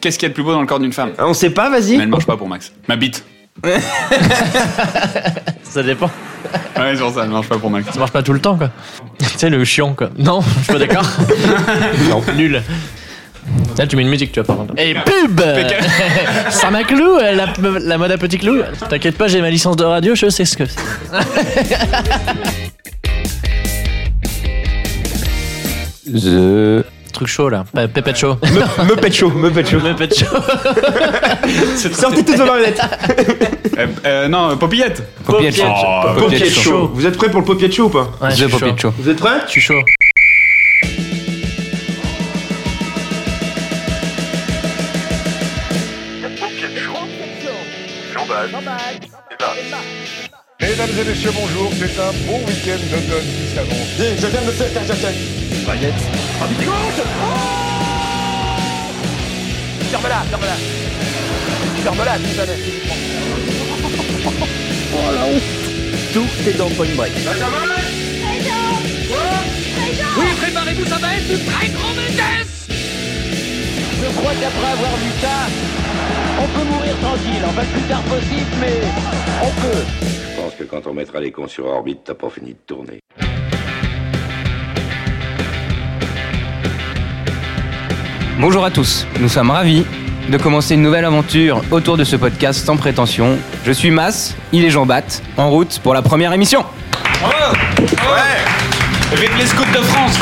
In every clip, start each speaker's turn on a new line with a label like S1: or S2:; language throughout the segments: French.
S1: Qu'est-ce qu'il y a de plus beau dans le corps d'une femme
S2: Ah, On sait pas, vas-y.
S1: Mais elle marche pas pour Max. Ma bite.
S3: Ça dépend.
S1: Ouais, sur ça, elle marche pas pour Max.
S3: Ça marche pas tout le temps, quoi. tu sais, le chiant, quoi. Non, je suis pas d'accord.
S2: Non.
S3: Nul. Là, tu mets une musique, tu vois, par contre. Et pub Ça m'a clou, euh, la, la mode à petit clou. T'inquiète pas, j'ai ma licence de radio, je sais ce que c'est.
S2: The...
S3: Truc chaud, là. Euh, Pe- Pépette chaud.
S2: Me pète chaud, me pète chaud.
S3: Pépette chaud.
S2: Sortez toutes vos marionnettes.
S1: Euh, euh, non, euh, Popillette.
S3: Popiette
S2: Popiette
S3: chaud.
S2: Popiette chaud. Vous êtes prêts pour le popiette chaud ou pas
S3: Ouais, je suis chaud.
S4: Chaud.
S2: Vous êtes prêts
S3: Je suis chaud.
S5: Mesdames et messieurs, bonjour, c'est un bon week-end d'automne qui s'avance.
S6: Je pense que quand on mettra les cons sur orbite, t'as pas fini de tourner.
S4: Bonjour à tous, nous sommes ravis de commencer une nouvelle aventure autour de ce podcast sans prétention. Je suis Mas, il est Jean Bat, en route pour la première émission.
S1: Vive les scouts de France.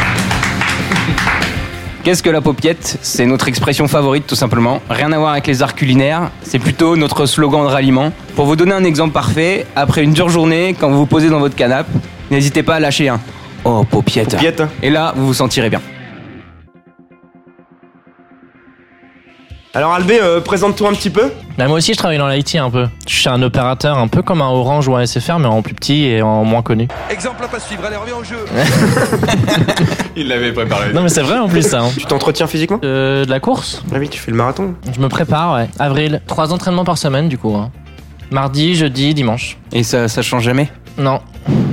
S4: Qu'est-ce que la paupiette C'est notre expression favorite tout simplement. Rien à voir avec les arts culinaires, c'est plutôt notre slogan de ralliement. Pour vous donner un exemple parfait, après une dure journée, quand vous vous posez dans votre canapé, n'hésitez pas à lâcher un. Oh paupiette.
S2: Popiette. hein.
S4: Et là, vous vous sentirez bien.
S2: Alors Albé, euh, présente-toi un petit peu.
S3: Bah, moi aussi, je travaille dans l'IT un peu. Je suis un opérateur un peu comme un Orange ou un SFR, mais en plus petit et en moins connu.
S7: Exemple à pas suivre, allez reviens au jeu
S1: Il l'avait préparé.
S3: Non, mais c'est vrai en plus, ça. hein.
S2: Tu t'entretiens physiquement
S3: Euh, de la course
S2: Ah oui, tu fais le marathon.
S3: Je me prépare, ouais. Avril, trois entraînements par semaine, du coup. hein. Mardi, jeudi, dimanche.
S4: Et ça, ça change jamais.
S3: Non.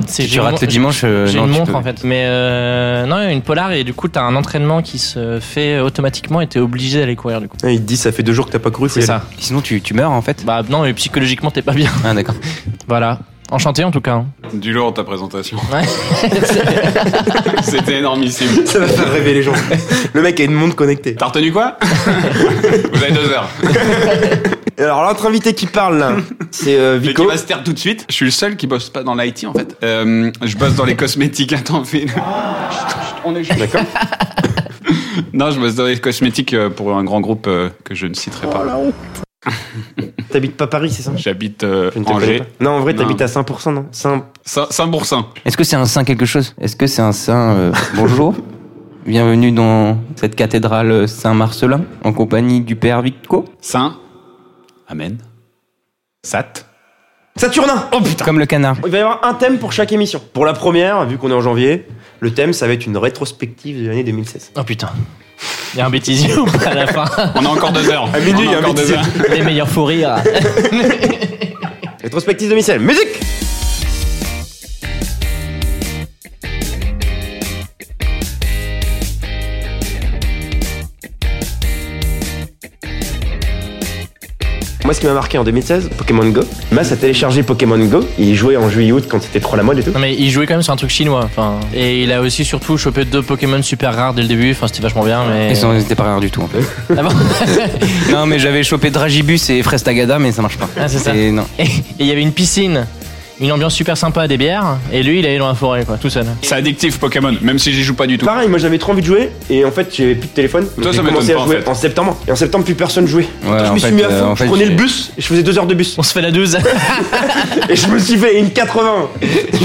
S3: C'est
S4: Si
S3: j'ai
S4: tu rates
S3: mon-
S4: le dimanche, euh,
S3: J'ai
S4: non,
S3: une
S4: tu
S3: montre
S4: peux-
S3: en fait. Mais euh, non, une polar et du coup, t'as un entraînement qui se fait automatiquement et t'es obligé d'aller courir du coup.
S2: Ah, il te dit, ça fait deux jours que t'as pas couru. faut
S3: C'est
S2: y aller.
S3: ça.
S4: Sinon, tu, tu meurs en fait.
S3: Bah non, mais psychologiquement, t'es pas bien.
S4: Ah d'accord.
S3: Voilà. Enchanté en tout cas. hein.
S1: Du lourd ta présentation.
S3: Ouais.
S1: C'était énormissime.
S2: Ça va faire rêver les gens. le mec a une montre connectée.
S1: T'as retenu quoi Vous avez deux heures.
S2: Et Alors l'autre invité qui parle, là, c'est euh,
S1: Mais qui
S2: Vico.
S1: va se taire tout de suite. Je suis le seul qui bosse pas dans l'IT en fait. Euh, je bosse dans les cosmétiques. Attends, fais. On est D'accord. Non, je bosse dans les cosmétiques euh, pour un grand groupe euh, que je ne citerai pas.
S2: T'habites pas Paris, c'est ça
S1: J'habite euh,
S2: Je ne te connais
S1: Angers.
S2: pas. Non, en vrai,
S1: Non.
S2: t'habites à 5%, non Saint-
S1: Saint- Saint-Boursin.
S4: Est-ce que c'est un saint quelque chose Est-ce que c'est un saint euh, Bonjour. Bienvenue dans cette cathédrale Saint-Marcelin en compagnie du père Vicco.
S1: Saint. Amen. Sat.
S2: Saturnin Oh putain
S4: Comme le canard.
S2: Il va y avoir un thème pour chaque émission. Pour la première, vu qu'on est en janvier, le thème, ça va être une rétrospective de l'année 2016.
S3: Oh putain. Y'a un bêtisier ou pas à la fin
S1: On a encore deux heures.
S2: À minuit,
S1: On
S2: il y a un
S1: encore deux
S2: bêtisier.
S1: heures.
S3: Les meilleurs fous rires.
S2: Rétrospective 2016, musique Moi, ce qui m'a marqué en 2016, Pokémon Go. Mas a téléchargé Pokémon Go. Il y jouait en juillet-août quand c'était trop la mode et tout.
S3: Non mais il jouait quand même sur un truc chinois. Enfin, et il a aussi surtout chopé deux Pokémon super rares dès le début. Enfin, c'était vachement bien. Mais
S4: Et ça, c'était pas rare du tout en fait.
S3: Ah bon
S4: non, mais j'avais chopé Dragibus et Frestagada, mais ça marche pas.
S3: Ah, c'est ça.
S4: Non.
S3: Et il y avait une piscine, une ambiance super sympa, des bières. Et lui, il allait dans la forêt, quoi, tout seul.
S1: C'est addictif Pokémon, même si j'y joue pas du tout.
S2: Pareil, moi j'avais trop envie de jouer et en fait j'avais plus de téléphone. Donc,
S1: Toi, ça
S2: j'ai commencé à
S1: m'étonne pas, en
S2: jouer
S1: fait.
S2: en septembre. Et en septembre, plus personne jouait.
S4: Ouais,
S2: je
S4: en
S2: me suis
S4: fait,
S2: mis à
S4: euh,
S2: fond.
S4: en fait,
S2: je prenais
S4: j'ai-
S2: le bus et je faisais deux heures de bus.
S3: On se fait la 12.
S2: et je me suis fait une 80.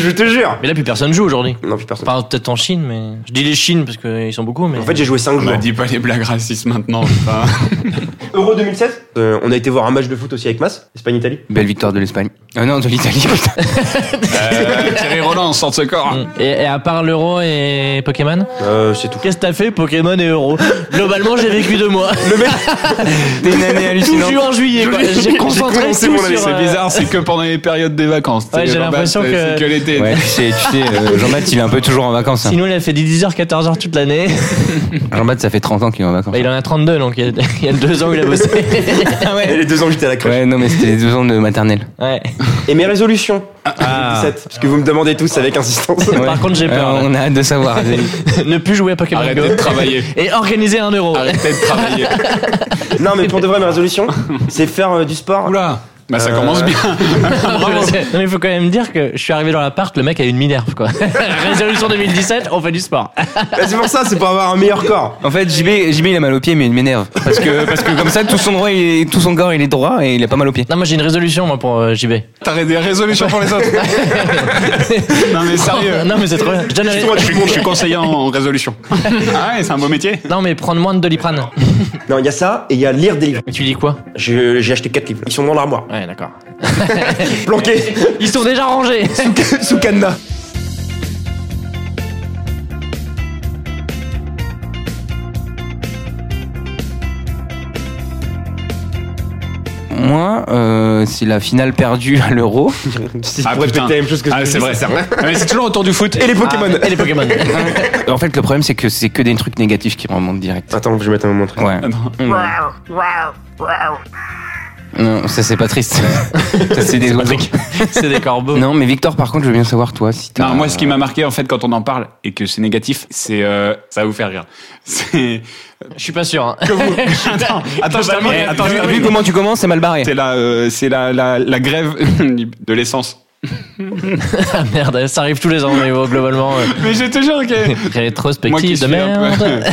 S2: je te jure.
S3: mais là, plus personne joue aujourd'hui.
S2: Non, plus personne.
S3: Enfin, peut-être en Chine, mais. Je dis les Chines parce qu'ils sont beaucoup, mais.
S2: En fait, j'ai joué 5
S1: On me
S2: jours.
S1: dit pas les blagues racistes maintenant. putain.
S2: Euro 2016, euh, on a été voir un match de foot aussi avec Mas, Espagne-Italie.
S4: Belle victoire de l'Espagne. Ah Euh, non, de l'Italie, putain.
S1: Euh, Thierry Roland, sort de ce corps.
S3: Et, et à part l'euro et Pokémon
S2: Euh, c'est tout.
S3: Mm. Qu'est-ce que t'as fait Pokémon et euro Globalement, j'ai vécu deux mois.
S4: T'es une année
S3: Tout
S4: hallucinante.
S3: ju en juillet, quoi. J'ai concentré tout
S2: commencé mon
S3: sur...
S2: année,
S1: C'est
S3: euh,
S1: bizarre, c'est que pendant les périodes des vacances.
S3: Ouais,
S1: C'est-
S3: j'ai
S1: bah,
S3: l'impression
S1: c'est-
S3: que-
S1: C'est que l'été.
S4: Ouais, tu sais, tu sais, euh, Jean-Baptiste, il est un peu toujours en vacances. hein.
S3: Sinon, il a fait des 10h, 14h toute l'année.
S4: Jean-Baptiste, ça fait 30 ans qu'il est en vacances.
S3: Bah, il en a 32, donc il y a, il y a deux ans où il a bossé. Ah
S2: Les deux ans que j'étais à la crèche.
S4: Ouais, non, mais c'était les deux ans de maternelle.
S3: Ouais.
S2: Et mes résolutions 2017, parce que vous me demandez tous avec insistance.
S4: Ah. Ouais.
S3: Par contre, j'ai peur,
S4: Euh,
S3: là.
S4: on a hâte de savoir.
S3: ne plus jouer à Pokémon
S1: Arrêtez
S3: Go.
S1: de travailler.
S3: Et organiser un euro.
S1: Arrêtez de travailler.
S2: non, mais pour de vrai, mes résolutions, c'est faire euh, du sport.
S4: Oula
S1: Bah, ça commence bien.
S3: non, mais il faut quand même dire que je suis arrivé dans l'appart, le mec a une minerve, quoi. Résolution 2017, on fait du sport.
S2: Bah, c'est pour ça, c'est pour avoir un meilleur corps.
S4: En fait, JB, JB, il a mal au pied, mais il m'énerve. Parce que, parce que comme ça, tout son, droit, il est- tout son corps, il est droit et il a pas mal au pied.
S3: Non, moi j'ai une résolution, moi, pour euh, JB.
S1: T'as des résolutions pour les autres. non, mais sérieux.
S3: non, mais c'est trop bien. Je donne la-
S1: Excuse-moi, je suis, je suis conseiller en- en résolution. Ah ouais, c'est un beau métier.
S3: Non, mais prendre moins de doliprane.
S2: Non, il y a ça et il y a lire des livres.
S3: Mais tu lis quoi
S2: Je- J'ai acheté 4 livres. Ils sont dans l'armoire,
S3: Ouais, d'accord.
S2: planqués
S3: Ils sont déjà rangés.
S2: sous cadenas.
S4: Moi, euh, c'est la finale perdue à l'euro.
S2: Si
S1: Ah,
S2: pour répéter
S1: putain.
S2: la même chose que ce
S1: Ah,
S2: que je
S1: c'est
S2: dis,
S1: vrai.
S2: ça sert à rien.
S1: Ah, mais c'est toujours autour du foot. Ah,
S2: Et les Pokémon.
S3: Ah, Et les Pokémon.
S4: En fait, le problème, c'est que c'est que des trucs négatifs qui me remontent direct.
S2: Attends, je vais mettre un moment truc.
S4: Ouais.
S1: Attends.
S4: Non, ça, c'est pas triste. ça, c'est des oiseaux.
S3: c'est des corbeaux.
S4: Non, mais Victor, par contre, je veux bien savoir, toi, si t'as.
S1: Non, moi, ce qui m'a marqué, en fait, quand on en parle et que c'est négatif, c'est. euh, ça va vous faire rire. C'est.
S3: Je suis pas sûr. hein.
S1: Que vous. Attends, attends, je termine.
S4: Eh,
S1: Attends,
S4: vu,
S1: je
S4: vu
S1: termine.
S4: comment tu commences, c'est mal barré.
S1: C'est la, euh, c'est la, la, la grève de l'essence.
S3: Ah merde, ça arrive tous les ans, mais bon, globalement. euh,
S1: Mais je te jure que. Moi qui
S3: Rétrospective de
S1: suis un peu-
S3: merde.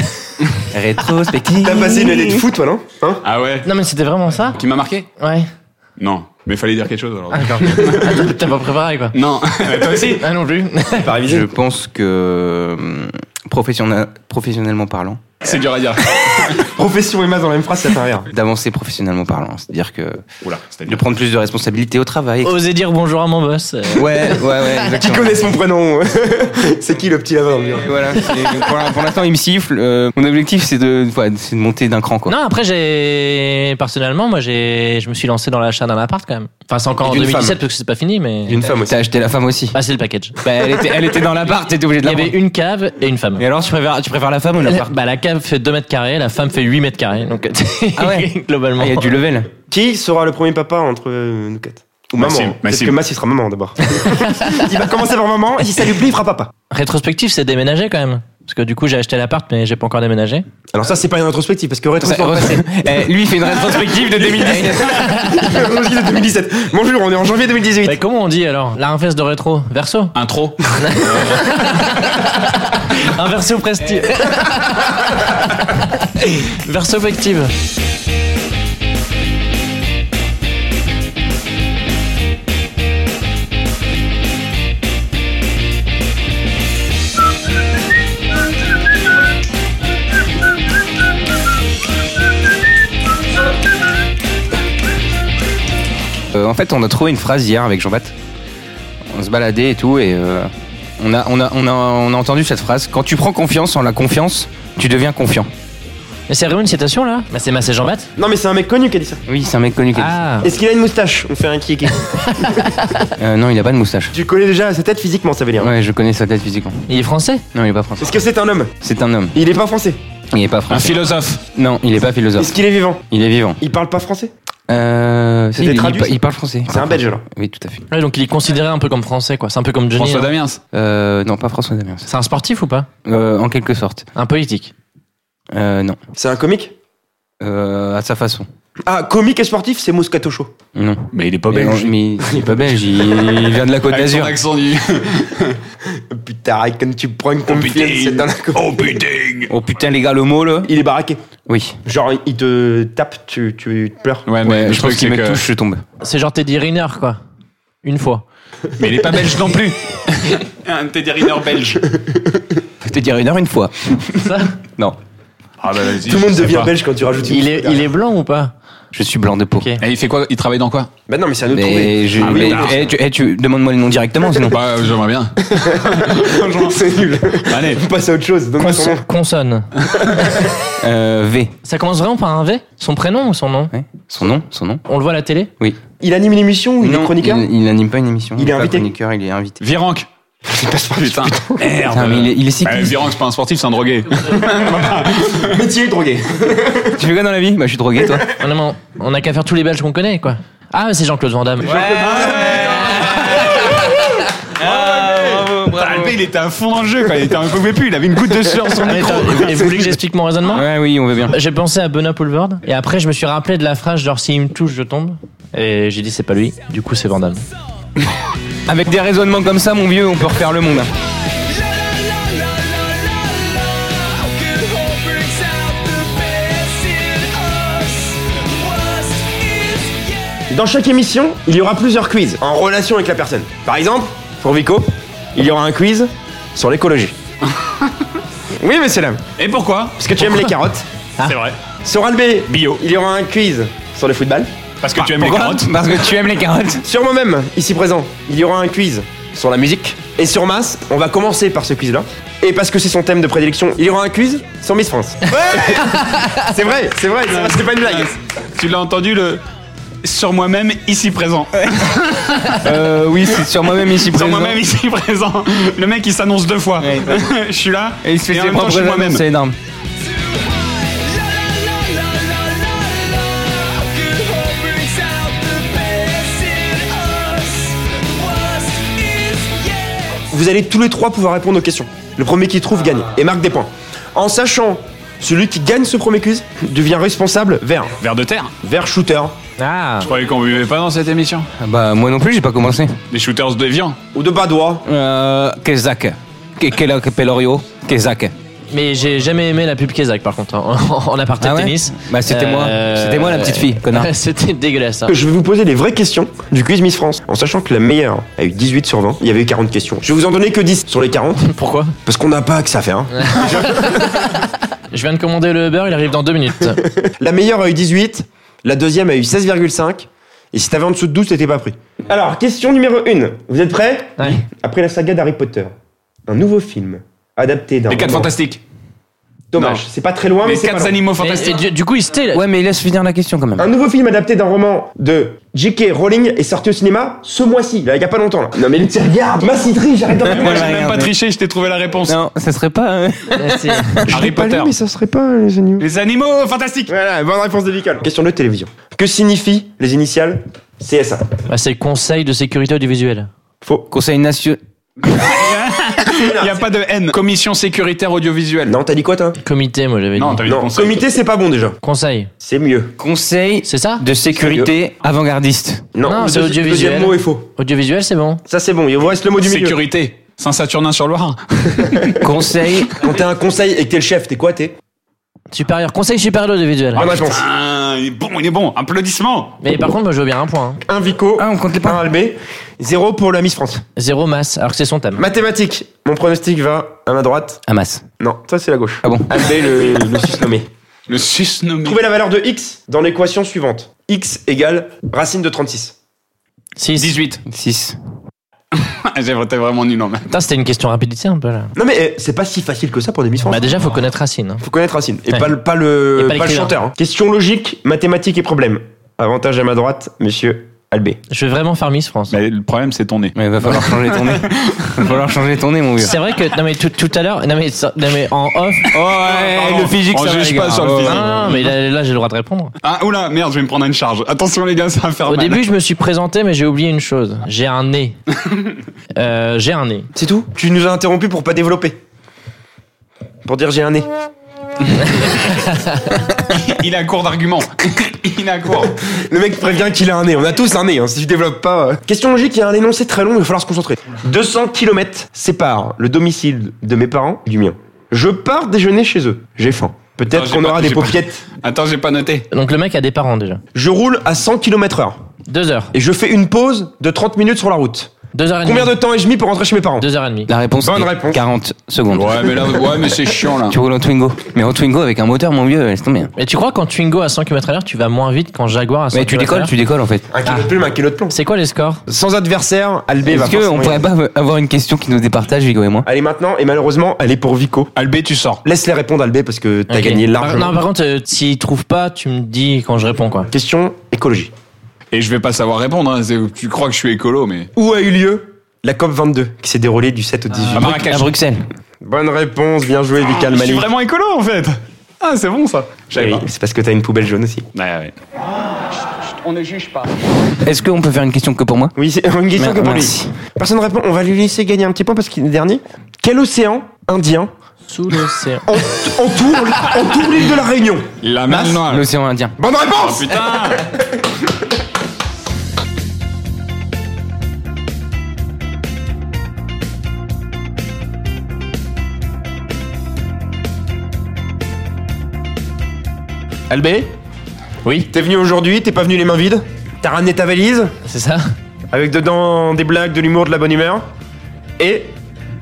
S4: Rétrospective.
S2: T'as passé une année de foot, toi, non Hein
S1: Ah ouais
S3: Non, mais c'était vraiment ça
S1: Qui m'a marqué
S3: Ouais.
S1: Non. Mais fallait dire quelque chose alors.
S3: D'accord. Attends, T'as pas préparé, quoi.
S1: Non. Toi aussi
S3: Ah non plus.
S2: Pas révisé.
S4: Je pense que. hum, professionnel- professionnellement parlant.
S1: C'est dur à dire.
S2: Profession et maths dans la même phrase, ça fait rien.
S4: D'avancer professionnellement parlant. C'est-à-dire que.
S1: Oula, c'était
S4: De
S1: dur.
S4: prendre plus de responsabilités au travail.
S3: Oser dire bonjour à mon boss. euh,
S4: Ouais, ouais, ouais,
S2: Qui
S4: exactement.
S2: connaît son prénom C'est qui le petit là-bas dans le mur
S4: Et voilà, c'est- pour l'in- pour l'instant, il me siffle. Euh, mon objectif, c'est de, voilà, c'est de monter d'un cran, quoi.
S3: Non, après, j'ai. Personnellement, moi, j'ai. Je me suis lancé dans l'achat d'un appart quand même. Enfin, c'est encore
S2: Et
S3: en
S2: d'une
S3: 2017
S2: femme.
S3: parce que c'est pas fini, mais.
S2: Une femme aussi.
S4: T'as acheté la femme aussi.
S3: Bah, c'est le package.
S4: Bah, elle, était, elle était dans l'appart, t'étais obligé de
S3: Il y
S4: la
S3: avait
S4: prendre.
S3: une cave et une femme.
S4: Et alors, tu préfères, tu préfères la femme ou l'appart
S3: Bah, la cave fait 2 mètres carrés, la femme fait 8 mètres carrés. Donc,
S4: Ah ouais. Ah, Il
S3: globalement.
S4: y a du level.
S2: Qui sera le premier papa entre euh, nous quatre Ou maman
S1: Maxime,
S2: Parce
S1: Maxime.
S2: que Mass, il sera maman d'abord. il va commencer par maman, et si ça lui plaît, il fera papa.
S3: Rétrospectif, c'est déménager quand même. Parce que du coup, j'ai acheté l'appart, mais j'ai pas encore déménagé.
S2: Alors ça, c'est pas une rétrospective, parce que
S4: Ça-
S2: rétrospective,
S4: Eh, lui, il fait une rétrospective de 2017.
S2: de 2017. Bonjour, on est en janvier 2018.
S3: Mais Bah, comment on dit alors La rinfesse de rétro Verso
S1: Intro.
S3: Un verso prestige. verso effective.
S4: Euh, en fait, on a trouvé une phrase hier avec Jean-Baptiste. On se baladait et tout, et euh, on, a, on, a, on, a, on a entendu cette phrase. Quand tu prends confiance en la confiance, tu deviens confiant.
S3: Mais c'est vraiment une citation là Bah, c'est Massé Jean-Baptiste
S2: Non, mais c'est un mec connu qui a dit ça.
S4: Oui, c'est un mec connu qui a dit ça.
S3: Ah
S2: Est-ce qu'il a une moustache On fait un kick.
S4: Euh, non, il a pas de moustache.
S2: tu connais déjà sa tête physiquement, ça veut dire.
S4: Ouais, je connais sa tête physiquement.
S3: Il est français
S4: Non, il est pas français.
S2: Est-ce que c'est un homme
S4: C'est un homme.
S2: Il est pas français.
S4: Il est pas
S1: Un
S4: français.
S1: philosophe.
S4: Non, il est pas philosophe.
S2: Est-ce qu'il est vivant
S4: Il est vivant.
S2: Il parle pas français
S4: Euh, si,
S2: C'était
S4: il,
S2: traduit,
S4: il pa-
S2: ça
S4: il parle français.
S2: C'est un belge alors.
S4: Oui, tout à fait.
S3: Ouais, donc il est considéré un peu comme français quoi. C'est un peu comme Johnny.
S1: François
S3: hein.
S1: Damiens.
S4: Euh, non, pas François Damien. ça.
S3: C'est un sportif ou pas
S4: Euh, en quelque sorte.
S3: Un politique.
S4: Euh, non.
S2: C'est un comique
S4: Euh, à sa façon.
S2: Ah, comique et sportif, c'est Moscato Show.
S4: Non.
S1: Mais il est pas
S4: Mais non, Mais, il est pas belge. Il, il vient de la Côte
S1: Avec son
S4: d'Azur.
S1: accent du.
S2: Putain, quand tu prends une
S1: Oh putain.
S2: confiance, c'est dans la
S1: Oh putain.
S4: Oh putain, les gars, le mot là.
S2: Il est baraqué.
S4: Oui.
S2: Genre, il te tape, tu, tu pleures.
S1: Ouais, mais
S4: Ouais,
S1: le
S4: je
S1: truc,
S4: pense
S1: c'est
S4: qu'il me
S1: que-
S4: touche, je tombe.
S3: C'est genre Teddy Riner quoi. Une fois.
S1: Mais il est pas belge non plus. Un Teddy Riner belge.
S4: Je te dire une heure une fois.
S3: Ça
S4: Non.
S1: Ah bah vas-y.
S2: Tout
S1: je
S2: le monde
S1: sais
S2: devient
S1: pas.
S2: belge quand tu rajoutes une
S3: Il est,
S2: couche
S3: il est blanc ou pas
S4: Je suis blanc de peau.
S3: Ok.
S1: Et il fait quoi Il travaille dans quoi
S2: Bah non, mais c'est à nous de
S4: Mais
S2: trouver.
S4: je-
S1: Ah oui,
S4: mais-
S1: d'accord.
S4: eh, tu, eh, tu- demande-moi le nom directement sinon.
S1: Bah euh, j'aimerais bien.
S2: C'est nul.
S1: Allez.
S2: On passe à autre chose. Donne-moi son nom.
S3: Consonne.
S4: Euh, v.
S3: Ça commence vraiment par un V Son prénom ou son nom
S4: Ouais. Son nom, son nom.
S3: On le voit à la télé
S2: Il anime une émission ou il est
S4: Non,
S2: chroniqueur
S4: Il il n'anime pas une émission.
S2: Il est
S4: pas
S2: invité
S4: Chroniqueur, il est invité.
S1: Virank. Il passe par putain. Merde.
S4: Putain, mais il est, il est
S1: Bah,
S4: cycliste.
S1: Virank, c'est pas un sportif, c'est un drogué.
S2: Métier drogué.
S4: tu fais quoi dans la vie Bah, je suis drogué, toi.
S3: On a, mon- on a qu'à faire tous les Belges qu'on connaît, quoi. Ah, mais c'est Jean-Claude Van Damme.
S1: Putain, le mec, il était à fond dans le jeu, quoi. Il était un peu pouvait plus. Il avait une goutte de sueur sur
S3: Ah,
S1: le
S3: mais
S1: micro.
S3: attends, et vous voulez que j'explique mon raisonnement
S4: Ouais, oui, on veut bien.
S3: J'ai pensé à Benoît Poulvord et après je me suis rappelé de la phrase genre s'il me touche je tombe et j'ai dit c'est pas lui du coup c'est Van Damme.
S4: Avec des raisonnements comme ça, mon vieux, on peut refaire le monde.
S2: Dans chaque émission, il y aura plusieurs quiz en relation avec la personne. Par exemple, pour Vico, il y aura un quiz sur l'écologie. oui, mais c'est là.
S1: Et pourquoi
S2: Parce que tu aimes les carottes.
S1: C'est vrai.
S2: Sur Albé,
S1: Bio.
S2: il y aura un quiz sur le football.
S1: Parce que tu aimes les
S4: Pourquoi
S1: carottes.
S4: Parce que tu aimes les carottes.
S2: Sur moi-même, ici présent, il y aura un quiz sur la musique. Et sur Mass, on va commencer par ce quiz-là. Et parce que c'est son thème de prédilection, il y aura un quiz sur Miss France. c'est vrai, c'est vrai,
S1: Ah,
S2: c'est vrai, c'est pas une blague.
S1: Tu l'as entendu le. Sur moi-même, ici présent.
S4: Euh, oui, c'est sur moi-même ici
S1: Sur
S4: présent.
S1: moi-même, ici présent. Le mec, il s'annonce deux fois.
S4: Ouais.
S1: je suis là.
S4: Et il se
S1: en
S4: fait ses
S1: même temps,
S4: propres
S1: je suis
S4: annonces,
S1: moi-même.
S4: c'est énorme.
S2: Vous allez tous les trois pouvoir répondre aux questions. Le premier qui trouve gagne et marque des points. En sachant, celui qui gagne ce premier quiz devient responsable vers
S1: Vers de terre.
S2: vers shooter
S3: Ah
S1: Je croyais qu'on buvait pas dans cette émission.
S4: Ah Bah, moi non plus, j'ai pas commencé.
S1: Des shooters de viande.
S2: ou de badois.
S4: Euh, Kezak. Ke- Ke- Pelorio. Kezak.
S3: mais j'ai jamais aimé la pub Kézak par contre en, en aparté
S4: Ah
S3: de
S4: ouais
S3: tennis. Euh,
S4: Bah, c'était moi. C'était moi, la petite fille, connard.
S3: C'était dégueulasse. hein.
S2: Je vais vous poser les vraies questions du quiz Miss France. En sachant que la meilleure a eu 18 sur 20, il y avait eu 40 questions. Je vais vous en donner que 10 sur les 40
S3: Pourquoi
S2: parce qu'on n'a pas que ça à faire. hein.
S3: Je viens de commander le Uber, il arrive dans deux minutes.
S2: La meilleure a eu 18, la deuxième a eu 16,5. Et si t'avais en dessous de 12, t'étais pas pris. Alors, question numéro 1. Vous êtes prêts
S3: Ouais.
S2: Après la saga d'Harry Potter, un nouveau film adapté d'un.
S1: Les quatre
S2: roman.
S1: fantastiques.
S2: Dommage,
S1: Non.
S2: c'est pas très loin, mais
S1: Les
S2: c'est pas
S1: quatre
S2: loin.
S1: animaux
S3: Mais, et
S1: fantastiques.
S3: du, du coup il se tait. là.
S4: Ouais, mais laisse finir la question quand même.
S2: Un nouveau film adapté d'un roman de J.K. Rowling est sorti au cinéma ce mois-ci, là, il y a pas longtemps. Là. Non mais Luc, regarde, ma citrie, j'arrête d'en
S1: Moi,
S4: Ouais,
S1: j'ai même
S4: regarde,
S1: pas
S4: mais-
S1: triché, je t'ai trouvé la réponse.
S4: Non, ça serait pas. euh,
S3: Merci.
S1: Harry Potter.
S2: ça serait pas les animaux.
S1: Les animaux fantastiques.
S2: Voilà, bonne réponse de Vicole. Question de télévision. Que signifient les initiales CSA
S3: Bah, c'est conseil de sécurité audiovisuelle.
S4: Conseil national.
S1: Il y a pas de haine. Commission sécuritaire audiovisuelle.
S2: Non, t'as dit quoi, toi
S3: Comité moi j'avais dit.
S1: Non, t'as eu
S2: Non,
S1: conseil.
S2: comité, c'est pas bon déjà.
S3: Conseil.
S2: C'est mieux.
S4: Conseil
S3: C'est ça
S4: de sécurité avant-gardiste.
S2: Non,
S3: Non,
S2: le
S3: c'est
S2: deuxi-
S3: audiovisuel.
S2: Deuxième mot est faux.
S3: Audiovisuel c'est bon.
S2: Ça, c'est bon, il vous reste le mot du milieu.
S1: Sécurité. Saint-Saturnin-sur-Loire.
S4: Conseil.
S2: Quand t'as un conseil et que t'es le chef, t'es quoi, t'es
S3: Supérieur. Conseil supérieur audiovisuel.
S2: Bonne réponse.
S1: Ah, il est bon, il est bon. Applaudissements.
S3: Mais par contre moi je veux bien un point. hein.
S2: Un Vico,
S4: Ah, on compte les
S2: un
S4: points.
S2: Albé, zéro pour la Miss France.
S3: Zéro masse alors que c'est son thème.
S2: Mathématiques, mon pronostic va à ma droite.
S4: Hamas.
S2: Non, toi, c'est la gauche.
S4: Ah bon
S2: Albé, le, le susnommé.
S1: Le susnommé.
S2: Trouvez la valeur de x dans l'équation suivante. x égale racine de 36.
S3: 6. 18.
S4: 6.
S1: J'ai voté vraiment nul en maths.
S3: Putain, c'était une question rapidité un peu là.
S2: Non mais eh, c'est pas si facile que ça pour des Miss France.
S3: Bah déjà, faut connaître Racine. hein.
S2: Faut connaître Racine et
S3: Ouais.
S2: pas le pas le
S3: Et pas
S2: pas le
S3: l'écrivain.
S2: chanteur. hein. Question logique, mathématiques et problèmes. Avantage à ma droite, monsieur Albé.
S3: Je vais vraiment faire Miss France.
S1: Mais le problème, c'est ton nez.
S4: Mais va falloir changer ton nez. va falloir changer ton nez, mon vieux.
S3: C'est vrai que non mais tout, tout à l'heure, non mais, ça- non mais en off.
S1: Pardon.
S4: Oh, le physique,
S1: On
S4: ça va,
S1: juge
S4: les
S1: pas
S4: gars.
S1: sur le
S4: Oh,
S3: Non,
S1: physique.
S3: non, non, mais là, là, j'ai le droit de répondre.
S1: Ah, oula, merde, je vais me prendre une charge. Attention, les gars, ça va faire
S3: Au
S1: mal.
S3: début, je me suis présenté, mais j'ai oublié une chose. J'ai un nez. Euh, j'ai un nez.
S2: C'est tout Tu nous as interrompu pour pas développer. Pour dire j'ai un nez.
S1: il a court d'arguments. il a court.
S2: Le mec prévient qu'il a un nez. On a tous un nez. hein, Si tu développes pas. euh. Question logique, il y a un énoncé très long. Il va falloir se concentrer. 200 km séparent le domicile de mes parents du mien. Je pars déjeuner chez eux. J'ai faim.
S1: Non,
S2: Peut-être
S1: j'ai
S2: qu'on
S1: pas-
S2: aura des
S1: j'ai pas-
S2: paupiètes.
S1: Attends, j'ai pas noté.
S3: Donc le mec a des parents déjà.
S2: Je roule à 100 km heure.
S3: Deux heures.
S2: et je fais une pause de 30 minutes sur la route.
S3: Deux heures et demie.
S2: Combien de temps ai-je mis pour rentrer chez mes parents
S3: Deux heures et demie.
S4: La réponse
S2: Bonne
S4: est
S2: réponse.
S4: 40 secondes.
S1: Ouais, mais là, ouais, mais c'est chiant là.
S4: Tu roules en Twingo. Mais en Twingo avec un moteur, mon vieux, laisse tomber.
S3: Et tu crois qu'en Twingo à 100 km à l'heure, tu vas moins vite qu'en Jaguar à 100
S4: Mais tu
S3: km/h?
S4: décolles, tu décolles en fait.
S2: Un kilo de plume, un kilo de plomb.
S3: C'est quoi les scores
S2: Sans adversaire, Albé va
S4: Est-ce qu'on
S2: forcément y
S4: pourrait
S2: aller.
S4: pas avoir une question qui nous départage, Vigo et moi
S2: Allez maintenant, et malheureusement, elle est pour Vico.
S1: Albé, tu sors.
S2: Laisse-les répondre, Albé, parce que t'as
S3: Ok.
S2: gagné
S3: Par- Non,
S2: largement.
S3: par contre, euh, s'ils trouvent pas, tu me dis quand je réponds quoi.
S2: Question écologie.
S1: Et je vais pas savoir répondre. hein. C'est- Tu crois que je suis écolo, mais.
S2: Où a eu lieu la COP22 qui s'est déroulée du 7 au 18
S1: À Marrakech.
S4: À Bruxelles.
S2: Bonne réponse, bien joué, Vical
S1: Je suis
S2: Malik.
S1: vraiment écolo en fait. Ah, c'est bon ça. J'avais
S2: Oui, C'est parce que t'as une poubelle jaune aussi.
S1: pas. Ouais, ouais.
S4: Est-ce qu'on peut faire une question que pour moi
S2: Oui, c'est une question
S4: Mer-
S2: que pour lui.
S4: merci.
S2: Personne ne répond. On va lui laisser gagner un petit point parce qu'il est dernier. Quel océan indien
S3: Sous l'océan.
S2: en- entoure, entoure l'île de la Réunion
S1: La mer noire.
S4: L'océan Indien.
S2: Bonne réponse
S1: Putain
S3: Albé Oui,
S2: T'es venu aujourd'hui, t'es pas venu les mains vides T'as ramené ta valise
S3: c'est ça
S2: avec dedans des blagues, de l'humour, de la bonne humeur et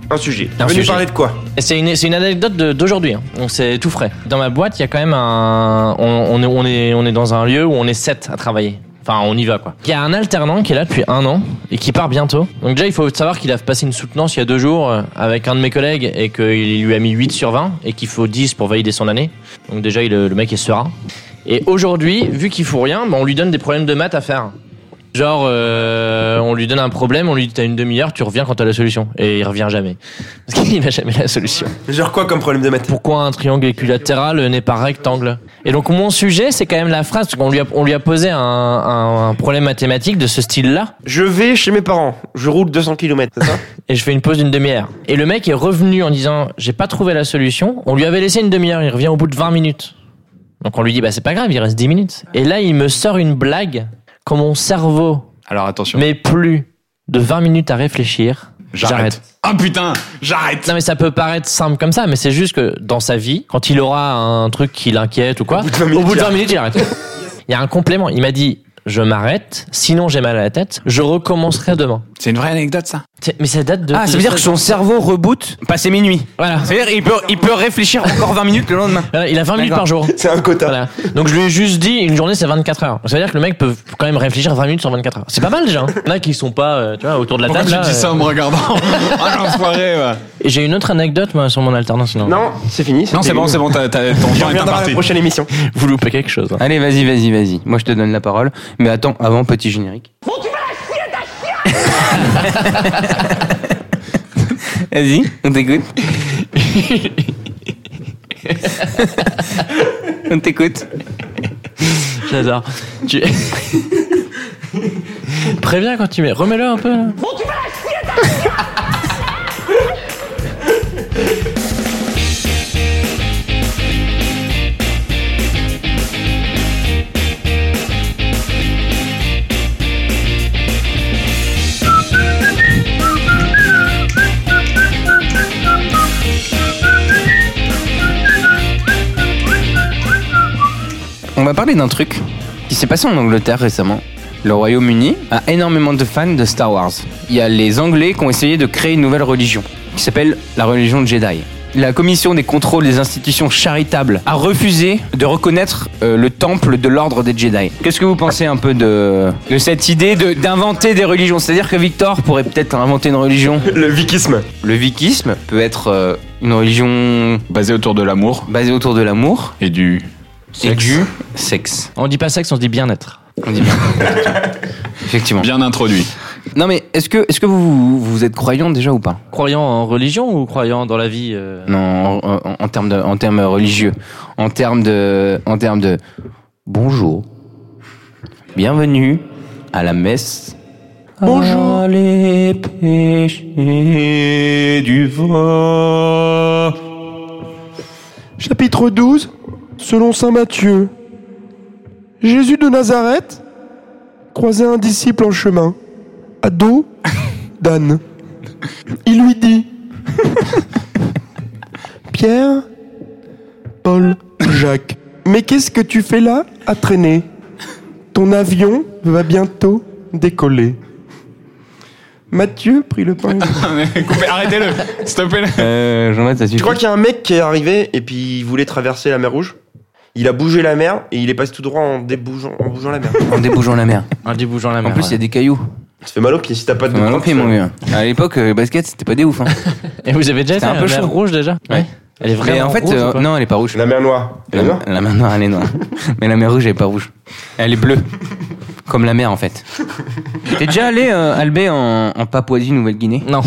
S2: un sujet.
S3: Un
S2: venu
S3: sujet.
S2: parler de quoi
S3: Et C'est une, c'est une anecdote de- d'aujourd'hui, hein. donc c'est tout frais. Dans ma boîte, il y a quand même un. On, on est, on, est, on est dans un lieu où on est sept à travailler. Enfin, on y va quoi. Il y a un alternant qui est là depuis un an et qui part bientôt. Donc, déjà, il faut savoir qu'il a passé une soutenance il y a deux jours euh, avec un de mes collègues et qu'il lui a mis 8 sur 20 et qu'il faut 10 pour valider son année. Donc, déjà, il- le mec est serein. Et aujourd'hui, vu qu'il fout rien, bah, on lui donne des problèmes de maths à faire. Genre, euh, on lui donne un problème, on lui dit t'as une demi-heure, tu reviens quand t'as la solution. Et il revient jamais. Parce qu'il n'a jamais la solution.
S2: Genre quoi comme problème de maths
S3: Pourquoi un triangle équilatéral n'est pas rectangle Et donc mon sujet, c'est quand même la phrase, parce qu'on lui a, on lui a posé un, un- un problème mathématique de ce style-là,
S2: Je vais chez mes parents, je roule 200 km, c'est ça
S3: et je fais une pause d'une demi-heure. Et le mec est revenu en disant, j'ai pas trouvé la solution, on lui avait laissé une demi-heure, il revient au bout de 20 minutes. Donc on lui dit, bah c'est pas grave, il reste 10 minutes. Et là, il me sort une blague, quand mon cerveau
S1: Alors attention.
S3: met plus de 20 minutes à réfléchir, j'arrête.
S1: J'arrête. Ah putain, j'arrête.
S3: Non mais ça peut paraître simple comme ça, mais c'est juste que dans sa vie, quand il aura un truc qui l'inquiète ou quoi, au
S2: bout de 20 minutes,
S3: bout de
S2: il
S3: 20 minutes, il arrête. Il y a un complément. Il m'a dit, je m'arrête, sinon j'ai mal à la tête, je recommencerai demain.
S1: C'est une vraie anecdote ça.
S3: C'est- Mais ça date de.
S4: Ah, ça veut
S3: de-
S4: dire que son cerveau reboot passé minuit.
S3: Voilà.
S4: C'est-à-dire il peut, il peut réfléchir encore 20 minutes le lendemain.
S3: Voilà, Il a 20 minutes
S4: D'accord.
S3: par jour.
S2: C'est un quota.
S3: Voilà. Donc je lui ai juste dit, une journée c'est 24 heures. Ça veut dire que le mec peut quand même réfléchir 20 minutes sur 24 heures. C'est pas mal déjà. hein. Il y en a qui sont pas euh, tu vois, autour de la
S1: Pourquoi
S3: table.
S1: tu
S3: là,
S1: dis ça
S3: euh.
S1: en me regardant Ah l'enfoiré. ouais.
S3: Et J'ai une autre anecdote moi, sur mon alternance. sinon.
S2: Non, c'est fini.
S1: Non, c'est bon, c'est bon, t'as- t'as- ton
S2: Je
S1: temps est
S2: reviendrai à la
S1: imparti.
S2: prochaine émission.
S3: Vous loupez quelque chose. hein.
S4: Allez, vas-y, vas-y, vas-y. Moi, je te donne la parole. Mais attends, avant, petit générique. Vas-y, on t'écoute. on t'écoute.
S3: J'adore. Tu... Préviens quand tu mets. Remets-le un peu. là.
S4: On va parler d'un truc qui s'est passé en Angleterre récemment. Le Royaume-Uni a énormément de fans de Star Wars. Il y a les Anglais qui ont essayé de créer une nouvelle religion, qui s'appelle la religion Jedi. La commission des contrôles des institutions charitables a refusé de reconnaître euh, le temple de l'ordre des Jedi. Qu'est-ce que vous pensez un peu de, de cette idée de- d'inventer des religions C'est-à-dire que Victor pourrait peut-être inventer une religion.
S2: Le vikisme.
S4: Le vikisme peut être euh, une religion
S1: Basé autour de l'amour
S4: basée autour de l'amour
S1: et du.
S4: et du sexe.
S3: On dit pas sexe, on se dit bien-être.
S4: On dit bien. Effectivement.
S1: Bien introduit.
S4: Non mais est-ce que est-ce que vous vous êtes croyant déjà ou pas
S3: Croyant en religion ou croyant dans la vie euh,
S4: Non, en, en- en termes de en termes religieux, en termes de en termes de bonjour, bienvenue à la messe. Bonjour. les péchés du vent.
S8: Chapitre 12, selon saint Matthieu. Jésus de Nazareth croisait un disciple en chemin, à dos d'âne. Il lui dit Pierre, Paul, Jacques, mais qu'est-ce que tu fais là à traîner Ton avion va bientôt décoller. Mathieu prit le pain.
S1: Coupez, Arrêtez-le, stoppez-le.
S4: Euh, Jean-Baptiste, ça suffit.
S2: Tu crois qu'il y a un mec qui est arrivé et puis il voulait traverser la mer Rouge Il a bougé la mer et il est passé tout droit en, débougeant, en bougeant la mer.
S4: En débougeant la mer.
S3: En débougeant la
S4: En
S3: mer.
S4: plus, il y a des cailloux.
S2: Ça fait mal au pied si t'as pas de
S4: Ça m'a
S2: gants,
S4: loupé,
S2: ça-
S4: mon vieux. À l'époque, le basket, c'était pas des ouf. Hein.
S3: Et vous avez déjà été
S4: C'était un
S3: un
S4: peu
S3: peu
S4: chaud.
S3: rouge déjà
S4: Ouais.
S3: Elle est vraiment
S4: Mais en fait,
S3: rouge,
S4: euh,
S3: ou pas
S4: non, elle est pas rouge.
S2: La mer noire.
S4: La,
S2: La mer
S4: la mer noire, elle est noire. Mais la mer rouge, elle est pas rouge. Elle est bleue. Comme la mer, en fait. T'es déjà allé, euh, Albé, en, en Papouasie-Nouvelle-Guinée
S3: Non.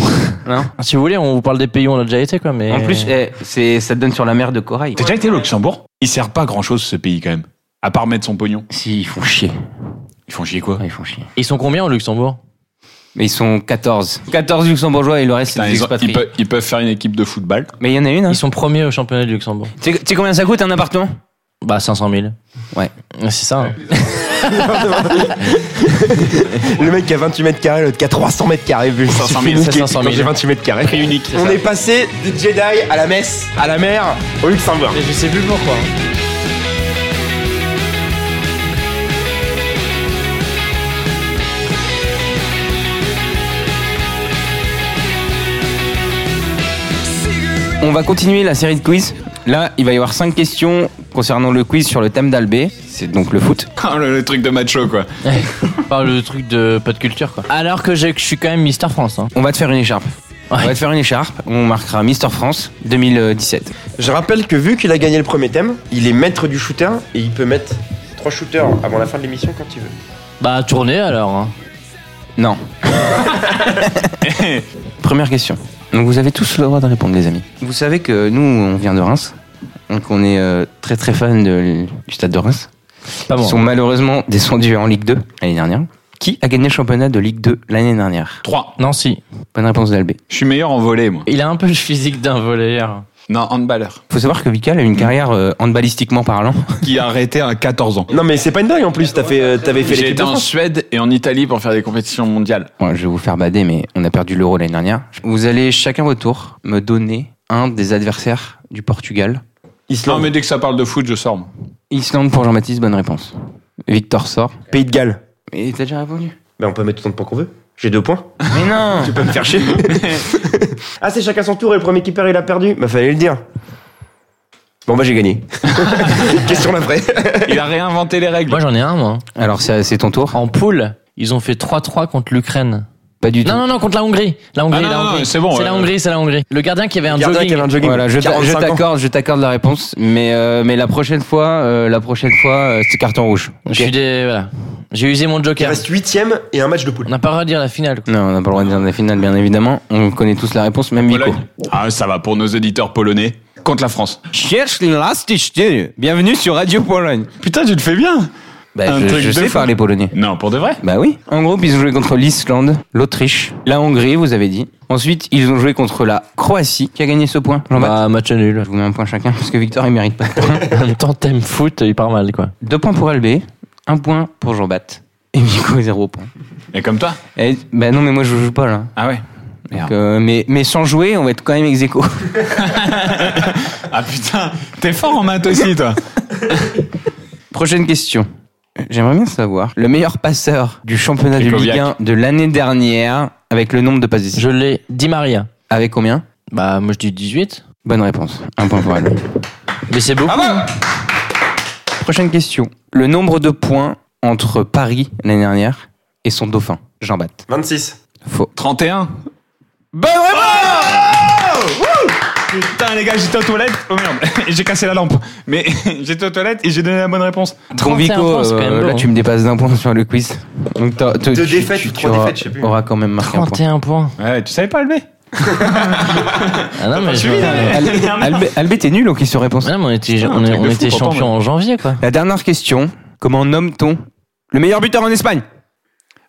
S4: Non
S3: Si vous voulez, on vous parle des pays où on a déjà été, quoi. Mais
S4: En plus, eh, c'est, ça te donne sur la mer de corail.
S1: T'as déjà été au Luxembourg Il sert pas à grand chose ce pays quand même. À part mettre son pognon.
S4: Si, ils font chier.
S1: Ils font chier quoi
S4: Ouais, ils font chier.
S3: ils sont combien au Luxembourg
S4: Mais ils sont 14. 14 luxembourgeois et le reste, c'est
S1: Putain,
S4: des
S1: Ah, ils, ont-
S4: expatriés.
S1: ils peuvent, ils peuvent faire une équipe de football.
S4: Mais il y en a une, hein.
S3: Ils sont premiers au championnat du Luxembourg.
S4: Tu sais- tu sais combien ça coûte un appartement
S3: Bah 500 000.
S4: Ouais.
S3: C'est ça. hein.
S2: Le mec qui a 28 mètres carrés, l'autre qui a 300 mètres carrés. vu.
S1: 500 000,
S2: Je suis
S3: ça,
S2: niqué,
S3: 500 000.
S2: quand J'ai 28 mètres carrés.
S1: Prix unique.
S2: On est passé du Jedi à la messe, à la mer, au Luxembourg.
S3: Mais je sais plus pourquoi.
S4: On va continuer la série de quiz. Là, il va y avoir 5 questions concernant le quiz sur le thème d'Albé. C'est donc le foot.
S1: Ah, le, le truc de macho quoi.
S3: Par le truc de pas de culture, quoi. Alors que j'ai- que je suis quand même Mister France. Hein.
S4: On va te faire une écharpe. On
S3: Ouais.
S4: va te faire une écharpe. On marquera Mister France 2017.
S2: Je rappelle que vu qu'il a gagné le premier thème, il est maître du shooter et il peut mettre 3 shooters avant la fin de l'émission quand il veut.
S3: Bah tournez alors. hein.
S4: Non. Première question. Donc vous avez tous le droit de répondre, les amis. Vous savez que nous, on vient de Reims. Donc on est euh, très très fan de l- du stade de Reims.
S3: Pas
S4: Ils
S3: bon.
S4: sont malheureusement descendus en Ligue 2 l'année dernière. Qui a gagné le championnat de Ligue 2 l'année dernière
S1: 3.
S3: Non si.
S4: Bonne réponse d'Albé.
S1: Je suis meilleur en volet moi.
S3: Il a un peu le physique d'un voleur.
S1: Non, handballeur.
S4: Faut savoir que Vical a une carrière euh, handballistiquement parlant.
S1: Qui a arrêté à 14 ans.
S2: Non mais c'est pas une dingue en plus, t'as fait, euh, t'avais fait
S1: J'ai
S2: l'équipe
S1: été
S2: de
S1: en
S2: France.
S1: Suède et en Italie pour faire des compétitions mondiales.
S4: Ouais, je vais vous faire bader, mais on a perdu l'euro l'année dernière. Vous allez chacun votre tour me donner un des adversaires du Portugal.
S1: Non,
S2: Islande,
S1: mais dès que ça parle de foot, je sors. moi.
S4: Islande pour Jean-Baptiste, bonne réponse. Victor sort.
S2: Pays de Galles.
S4: Et t'as déjà répondu
S2: Ben on peut mettre autant de points qu'on veut. J'ai deux points.
S4: Mais non
S2: Tu peux me faire chier. ah c'est chacun son tour et le premier qui perd il a perdu. Bah fallait le dire. Bon bah j'ai gagné. Question d'après.
S1: Il a réinventé les règles.
S3: Moi j'en ai un moi.
S4: Alors c'est c'est ton tour
S3: En poule, ils ont fait 3-3 contre l'Ukraine.
S4: Pas du tout.
S3: Non non non contre la Hongrie. La
S1: Ah,
S3: Hongrie,
S1: non,
S3: la
S1: non,
S3: Hongrie.
S1: non, c'est bon,
S3: C'est la
S1: euh,
S3: Hongrie, c'est la Hongrie. Le gardien qui avait un
S2: Gardien
S3: jogging.
S2: qui avait un jogging.
S4: Voilà, je t'a- je
S2: 45 ans.
S4: t'accorde, je t'accorde la réponse, mais euh, mais la prochaine fois, euh, la prochaine fois, euh, c'est carton rouge.
S3: Je suis des voilà. J'ai usé mon
S2: Il
S3: joker.
S2: reste huitième et un match de poule.
S3: On n'a pas le droit de dire la finale. quoi.
S4: Non, on n'a pas le droit de dire la finale, bien évidemment. On connaît tous la réponse, même Vico.
S1: Pologne. Ah, ça va pour nos auditeurs polonais. Contre la France.
S4: Cherche l'astité. Bienvenue sur Radio Pologne.
S1: Putain, tu le fais bien.
S4: Bah,
S1: Un
S4: je,
S1: truc
S4: je
S1: de
S4: sais
S1: fou.
S4: parler polonais.
S1: Non, pour de vrai.
S4: Bah oui. En gros, ils ont joué contre l'Islande, l'Autriche, la Hongrie, vous avez dit. Ensuite, ils ont joué contre la Croatie, qui a gagné ce point. Jean-Baptiste,
S3: Bah match nul.
S4: je vous mets un point chacun, parce que Victor, il mérite pas. de point.
S3: en même temps t'aimes foot, il part mal quoi.
S4: Deux points pour Albé, un point pour Jean-Baptiste. Et Vico, zéro point.
S1: Et comme toi.
S4: Eh, bah non, mais moi, je joue pas, là.
S1: Ah ouais.
S4: Donc, euh, mais, mais sans jouer, on va être quand même ex aequo.
S1: Ah putain, t'es fort en maths aussi, toi.
S4: Prochaine question. J'aimerais bien savoir le meilleur passeur du championnat de
S1: Krikoviak.
S4: Ligue 1 de l'année dernière avec le nombre de passes décisives.
S3: Je l'ai dit Maria.
S4: Avec combien
S3: Bah moi je dis 18.
S4: Bonne réponse. Un point pour Albé.
S3: Mais
S1: Ah
S3: c'est beaucoup.
S4: Prochaine question. Le nombre de points entre Paris l'année dernière et son dauphin, Jean Bat.
S2: 26.
S4: Faux.
S1: 31.
S4: Bonne réponse
S1: Putain, les gars, j'étais aux toilettes. Oh merde, j'ai cassé la lampe. Mais j'étais aux toilettes et j'ai donné la bonne réponse.
S3: 31 points, c'est quand même beau,
S4: euh, là
S3: hein.
S4: tu me dépasses d'un point sur le quiz. Donc t'as- t'as-
S2: Deux
S4: tu-
S2: défaites,
S4: tu,
S2: trois
S4: auras,
S2: défaites, je sais plus.
S4: auras quand même marqué un point.
S3: 31 points.
S1: Ouais, tu savais pas, Albé
S3: Ah non mais je-
S1: suivi, là, mais-
S4: Al- Albé- Albé, t'es nul en question réponse.
S3: Ah non, mais on était,
S1: Putain, un
S3: on est-
S1: truc
S3: on
S1: de fou,
S3: était
S1: papa,
S3: champion en janvier quoi.
S4: La dernière question. Comment nomme-t-on le meilleur buteur en Espagne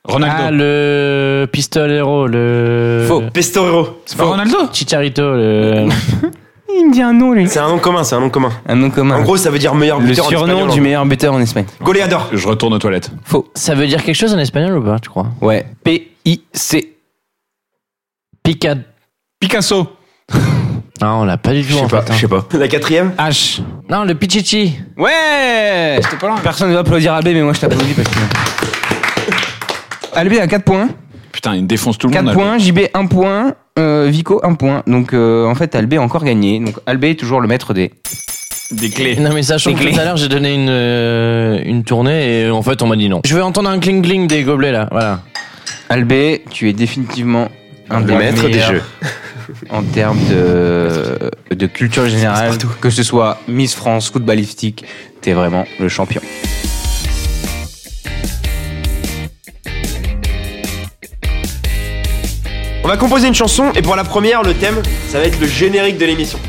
S3: Ah,
S1: Ronaldo.
S3: le pistolero,
S2: Euh.
S3: le.
S4: Faux.
S2: Pestorero.
S1: C'est pas Ronaldo
S3: Chicharito, le.
S4: Il me dit un nom lui.
S2: C'est un nom commun, c'est un nom commun.
S4: Un nom commun.
S2: En gros ça veut dire meilleur
S4: Ah. le
S2: buteur en
S4: surnom
S2: espagnol.
S4: du meilleur buteur en Espagne.
S2: Goleador.
S1: Je retourne aux toilettes.
S4: Faux.
S3: Ça veut dire quelque chose en espagnol ou pas, tu crois
S4: Ouais. P-I-C.
S3: Picad.
S1: Picasso.
S3: Ah, on l'a pas du tout en fait. hein.
S2: pas. La quatrième.
S4: H.
S3: Non, le Pichichi.
S4: Ouais Personne ne va applaudir Albé, mais moi je t'applaudis parce que. Albé a 4 points.
S1: Putain, il défonce tout le
S4: 4
S1: monde.
S4: points, JB 1 point, euh, Vico 1 point. Donc euh, en fait, Albé a encore gagné. Donc Albé est toujours le maître des.
S1: Des clés.
S3: Non mais sachant
S4: Des
S3: que
S4: clés.
S3: tout à l'heure j'ai donné une euh, une tournée et en fait on m'a dit non. Je vais entendre un cling cling des gobelets là, voilà.
S4: Albé, tu es définitivement un
S2: Le
S4: des
S2: maître des
S4: meilleurs
S2: jeux.
S4: En termes de, de culture générale, que ce soit Miss France, coup de balistique, t'es vraiment le champion.
S2: On va composer une chanson et pour la première, le thème, ça va être le générique de l'émission.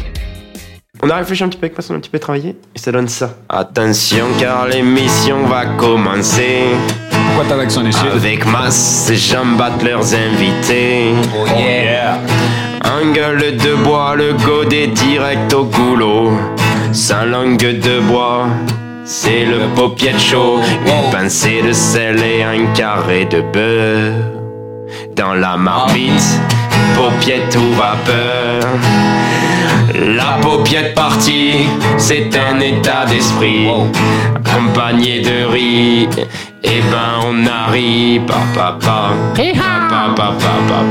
S2: On a réfléchi un petit peu avec Pascal, on a un petit peu travaillé et ça donne ça. Attention car l'émission va commencer.
S1: Pourquoi t'as l'accent des chiens
S2: Avec Mass et Jean Leurs invités.
S4: Oh yeah.
S2: Un gueule de bois, le godet direct au goulot. Sans langue de bois, c'est le paupiette chaud. Une pincée de sel et un carré de beurre. Dans la marmite, paupiette ou vapeur. La paupiette partie, c'est un état d'esprit. Un panier de riz, et ben on a ri. Pa, pa, pa. Pa, pa, pa, pa, pa.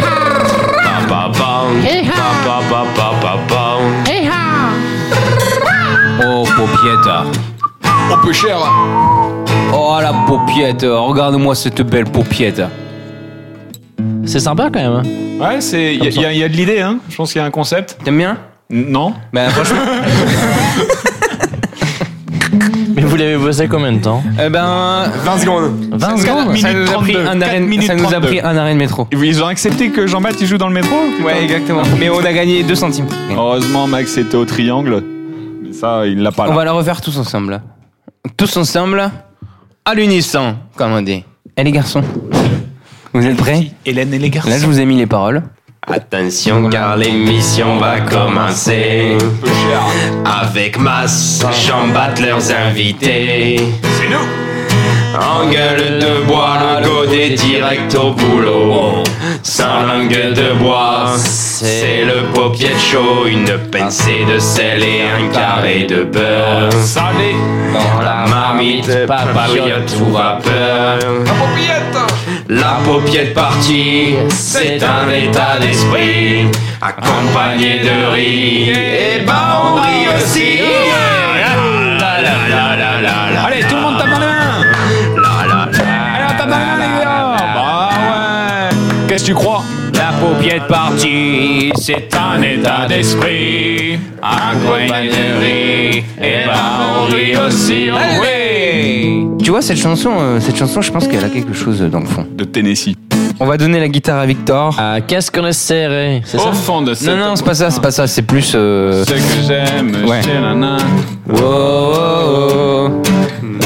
S2: Pa, pa, pa. Pa, pa, pa, pa, pa.
S4: Oh, paupiette.
S1: Oh, peu cher
S4: Oh, la paupiette. Regarde-moi cette belle paupiette.
S3: C'est sympa quand même. hein.
S1: Ouais, c'est. Il y, a- y a de l'idée, hein. Je pense qu'il y a un concept.
S4: T'aimes bien
S1: N- Non
S4: Bah, franchement.
S3: Mais vous l'avez bossé combien de temps
S4: eh ben.
S2: 20 secondes.
S3: 20 secondes
S4: Ça nous a pris
S1: 32,
S4: un
S1: quatre
S4: arène,
S1: minutes
S4: ça nous a
S1: 32.
S4: pris un arène métro.
S1: Ils ont accepté que Jean-Baptiste il joue dans le métro putain.
S4: Ouais, exactement. Mais on a gagné 2 centimes.
S1: Heureusement, Max était au triangle. Mais ça, il l'a pas là.
S4: On va la refaire tous ensemble. Tous ensemble, à l'unisson, comme on dit. Eh les garçons, vous êtes prêts
S1: Hélène et les garçons.
S4: Là, je vous ai mis les paroles.
S2: Attention car l'émission va commencer Avec masse, j'embatte leurs invités C'est nous En gueule de bois, le godet direct au boulot Sans langue de bois, c'est le paupier de chaud Une pincée de sel et un carré de beurre
S1: Salé
S2: Dans la marmite, papillote ou vapeur La paupiette partie, c'est un état d'esprit Accompagné de riz, et ben on rit aussi La, la, la, la, la, la,
S1: Allez,
S2: la,
S1: tout le monde tape dans les mains
S2: la, la, la.
S1: Allez, on tape dans les mains, les gars Bah ouais Qu'est-ce que tu crois
S2: La paupiette partie, c'est un état d'esprit Accompagné de riz,
S1: eh
S2: et ben on rit aussi
S4: Tu vois, cette chanson, euh, cette chanson, je pense qu'elle a quelque chose euh, dans le fond.
S1: De Tennessee.
S4: On va donner la guitare à Victor.
S3: Ah, qu'est-ce qu'on est serré C'est ça
S1: Au fond de cette
S4: Non, non, c'est pas ça, c'est pas ça, c'est plus... euh, Oh,
S1: Ce que j'aime,
S4: Ouais.
S1: c'est nana.
S4: wow, wow, wow.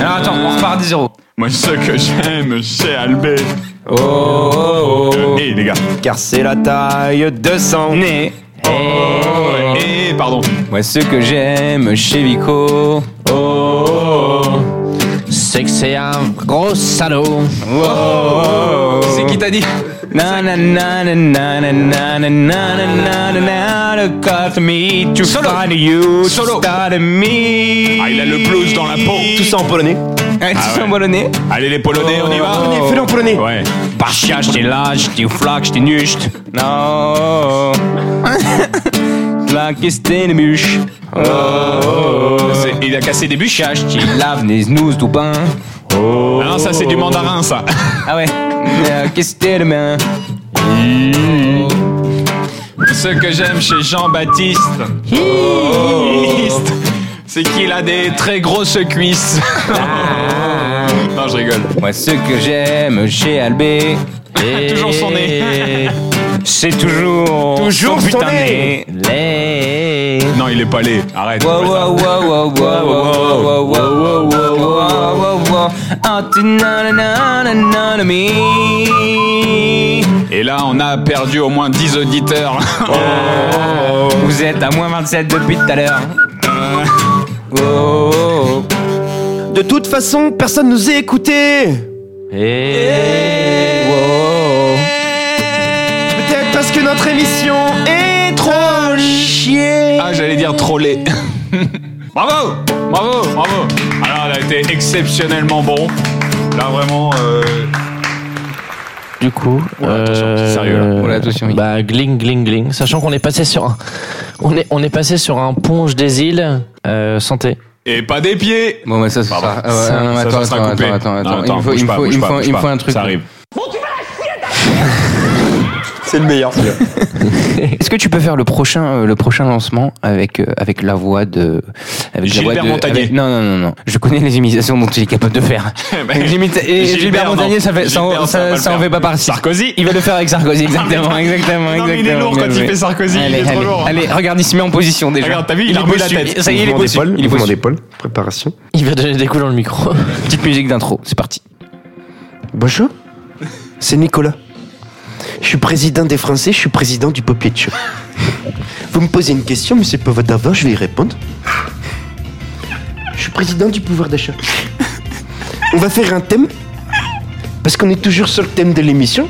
S4: Alors attends, on repart à zéro.
S1: Moi, ce que j'aime, c'est Albert.
S4: Oh, oh, oh.
S1: Eh, les gars.
S2: Car c'est la taille 200
S4: Né.
S1: Oh, Eh, pardon.
S4: Moi, ce que j'aime chez Vico.
S3: C'est que c'est un gros salaud.
S4: C'est qui t'a dit Solo. Solo.
S1: Ah, il a le blues dans la peau.
S2: Tout ça en polonais
S4: Ah, tu sens
S1: ouais.
S4: ballonné
S1: Allez, les Polonais, on y va
S2: Polonais, fais-le en polonais
S1: Ouais.
S4: Partia, j'étais là, j'étais au flac, j'étais nu, j'étais- Non. La question de bûche. Oh.
S1: C'est- Il a cassé des bûches.
S4: Chia, j'étais lave, les nous, tout pain.
S1: Ah Non, ça, c'est du mandarin, ça.
S4: Ah ouais. La question de main.
S1: Ce que j'aime chez Jean-Baptiste, c'est qu'il a des très grosses cuisses. non, je rigole.
S4: Moi, ce que j'aime chez Albé.
S1: Toujours son nez.
S4: C'est toujours.
S2: Toujours
S4: son putain
S2: son
S4: de
S2: nez.
S4: nez.
S3: Les...
S1: Non, il est pas laid. Arrête.
S4: Wow, wow, wow, wow, wow, wow, wow, wow, wow, wow, wow, wow, wow. Ah, tu na, na, na, na, na, na, me.
S1: Et là, on a perdu au moins 10 auditeurs.
S4: Vous êtes à moins 27 depuis tout à l'heure.
S1: Euh.
S4: Oh, oh, oh.
S2: De toute façon, personne nous a écoutés Eh.
S3: Et...
S2: Peut-être parce que notre émission est trop chiée
S1: Ah, j'allais dire trollé. bravo Bravo Bravo Alors, elle a été exceptionnellement bon. Là, vraiment... euh,
S3: Du coup,
S1: Oula, attention,
S3: euh,
S1: c'est sérieux, là.
S4: Oula, attention, oui.
S3: bah gling gling gling, sachant qu'on est passé sur un, on est on est passé sur un ponge des îles euh, santé.
S1: Et pas des pieds
S4: Bon, mais ça, ça
S1: Pardon.
S4: sera. ah ouais, non,
S1: Ça,
S4: attends,
S1: ça sera
S4: attends,
S1: coupé.
S4: attends, attends,
S1: Non,
S4: Il me faut-
S1: bouge
S4: il me
S1: pas,
S4: faut-
S1: bouge
S4: il me
S1: pas,
S4: faut-
S1: bouge
S4: il me
S1: pas.
S4: faut un truc.
S1: Ça arrive.
S2: C'est le meilleur. celui-là.
S4: Est-ce que tu peux faire le prochain, euh, le prochain lancement avec, euh, avec la voix de. Avec la voix
S1: Gilbert
S4: de-
S1: Montagnier.
S4: avec- non, non, non, non. Je connais les imitations dont il est capable de faire.
S1: Bah,
S4: Et Gilbert, et
S1: Gilbert,
S4: Gilbert
S1: non.
S4: Montagnier, ça, fait, ça, en-
S1: Gilbert, ça va
S4: ça,
S1: pas
S4: ça
S1: le
S4: en fait
S1: faire.
S4: pas partie.
S1: Sarkozy Ah,
S4: Il va le faire avec Sarkozy, exactement, exactement,
S1: Non, mais il est
S4: exactement.
S1: lourd
S4: Bien
S1: quand il
S4: joué.
S1: fait Sarkozy, il est trop
S4: allez,
S1: lourd.
S4: Allez, regarde, il se met en position déjà.
S1: Regarde, t'as vu, il a remis la
S4: bossu.
S1: tête.
S4: Ça y est, il est
S2: Mouvement
S4: bossu.
S2: d'épaule,
S4: Il est
S2: mouvement
S4: bossu.
S2: d'épaule, préparation.
S3: Il va donner des coups dans le micro.
S4: Petite musique d'intro, c'est parti.
S2: Bonjour, c'est Nicolas. Je suis président des Français, je suis président du Pop Show. Vous me posez une question, mais c'est pas votre affaire, je vais y répondre. Je suis président du pouvoir d'achat. On va faire un thème, parce qu'on est toujours sur le thème de l'émission.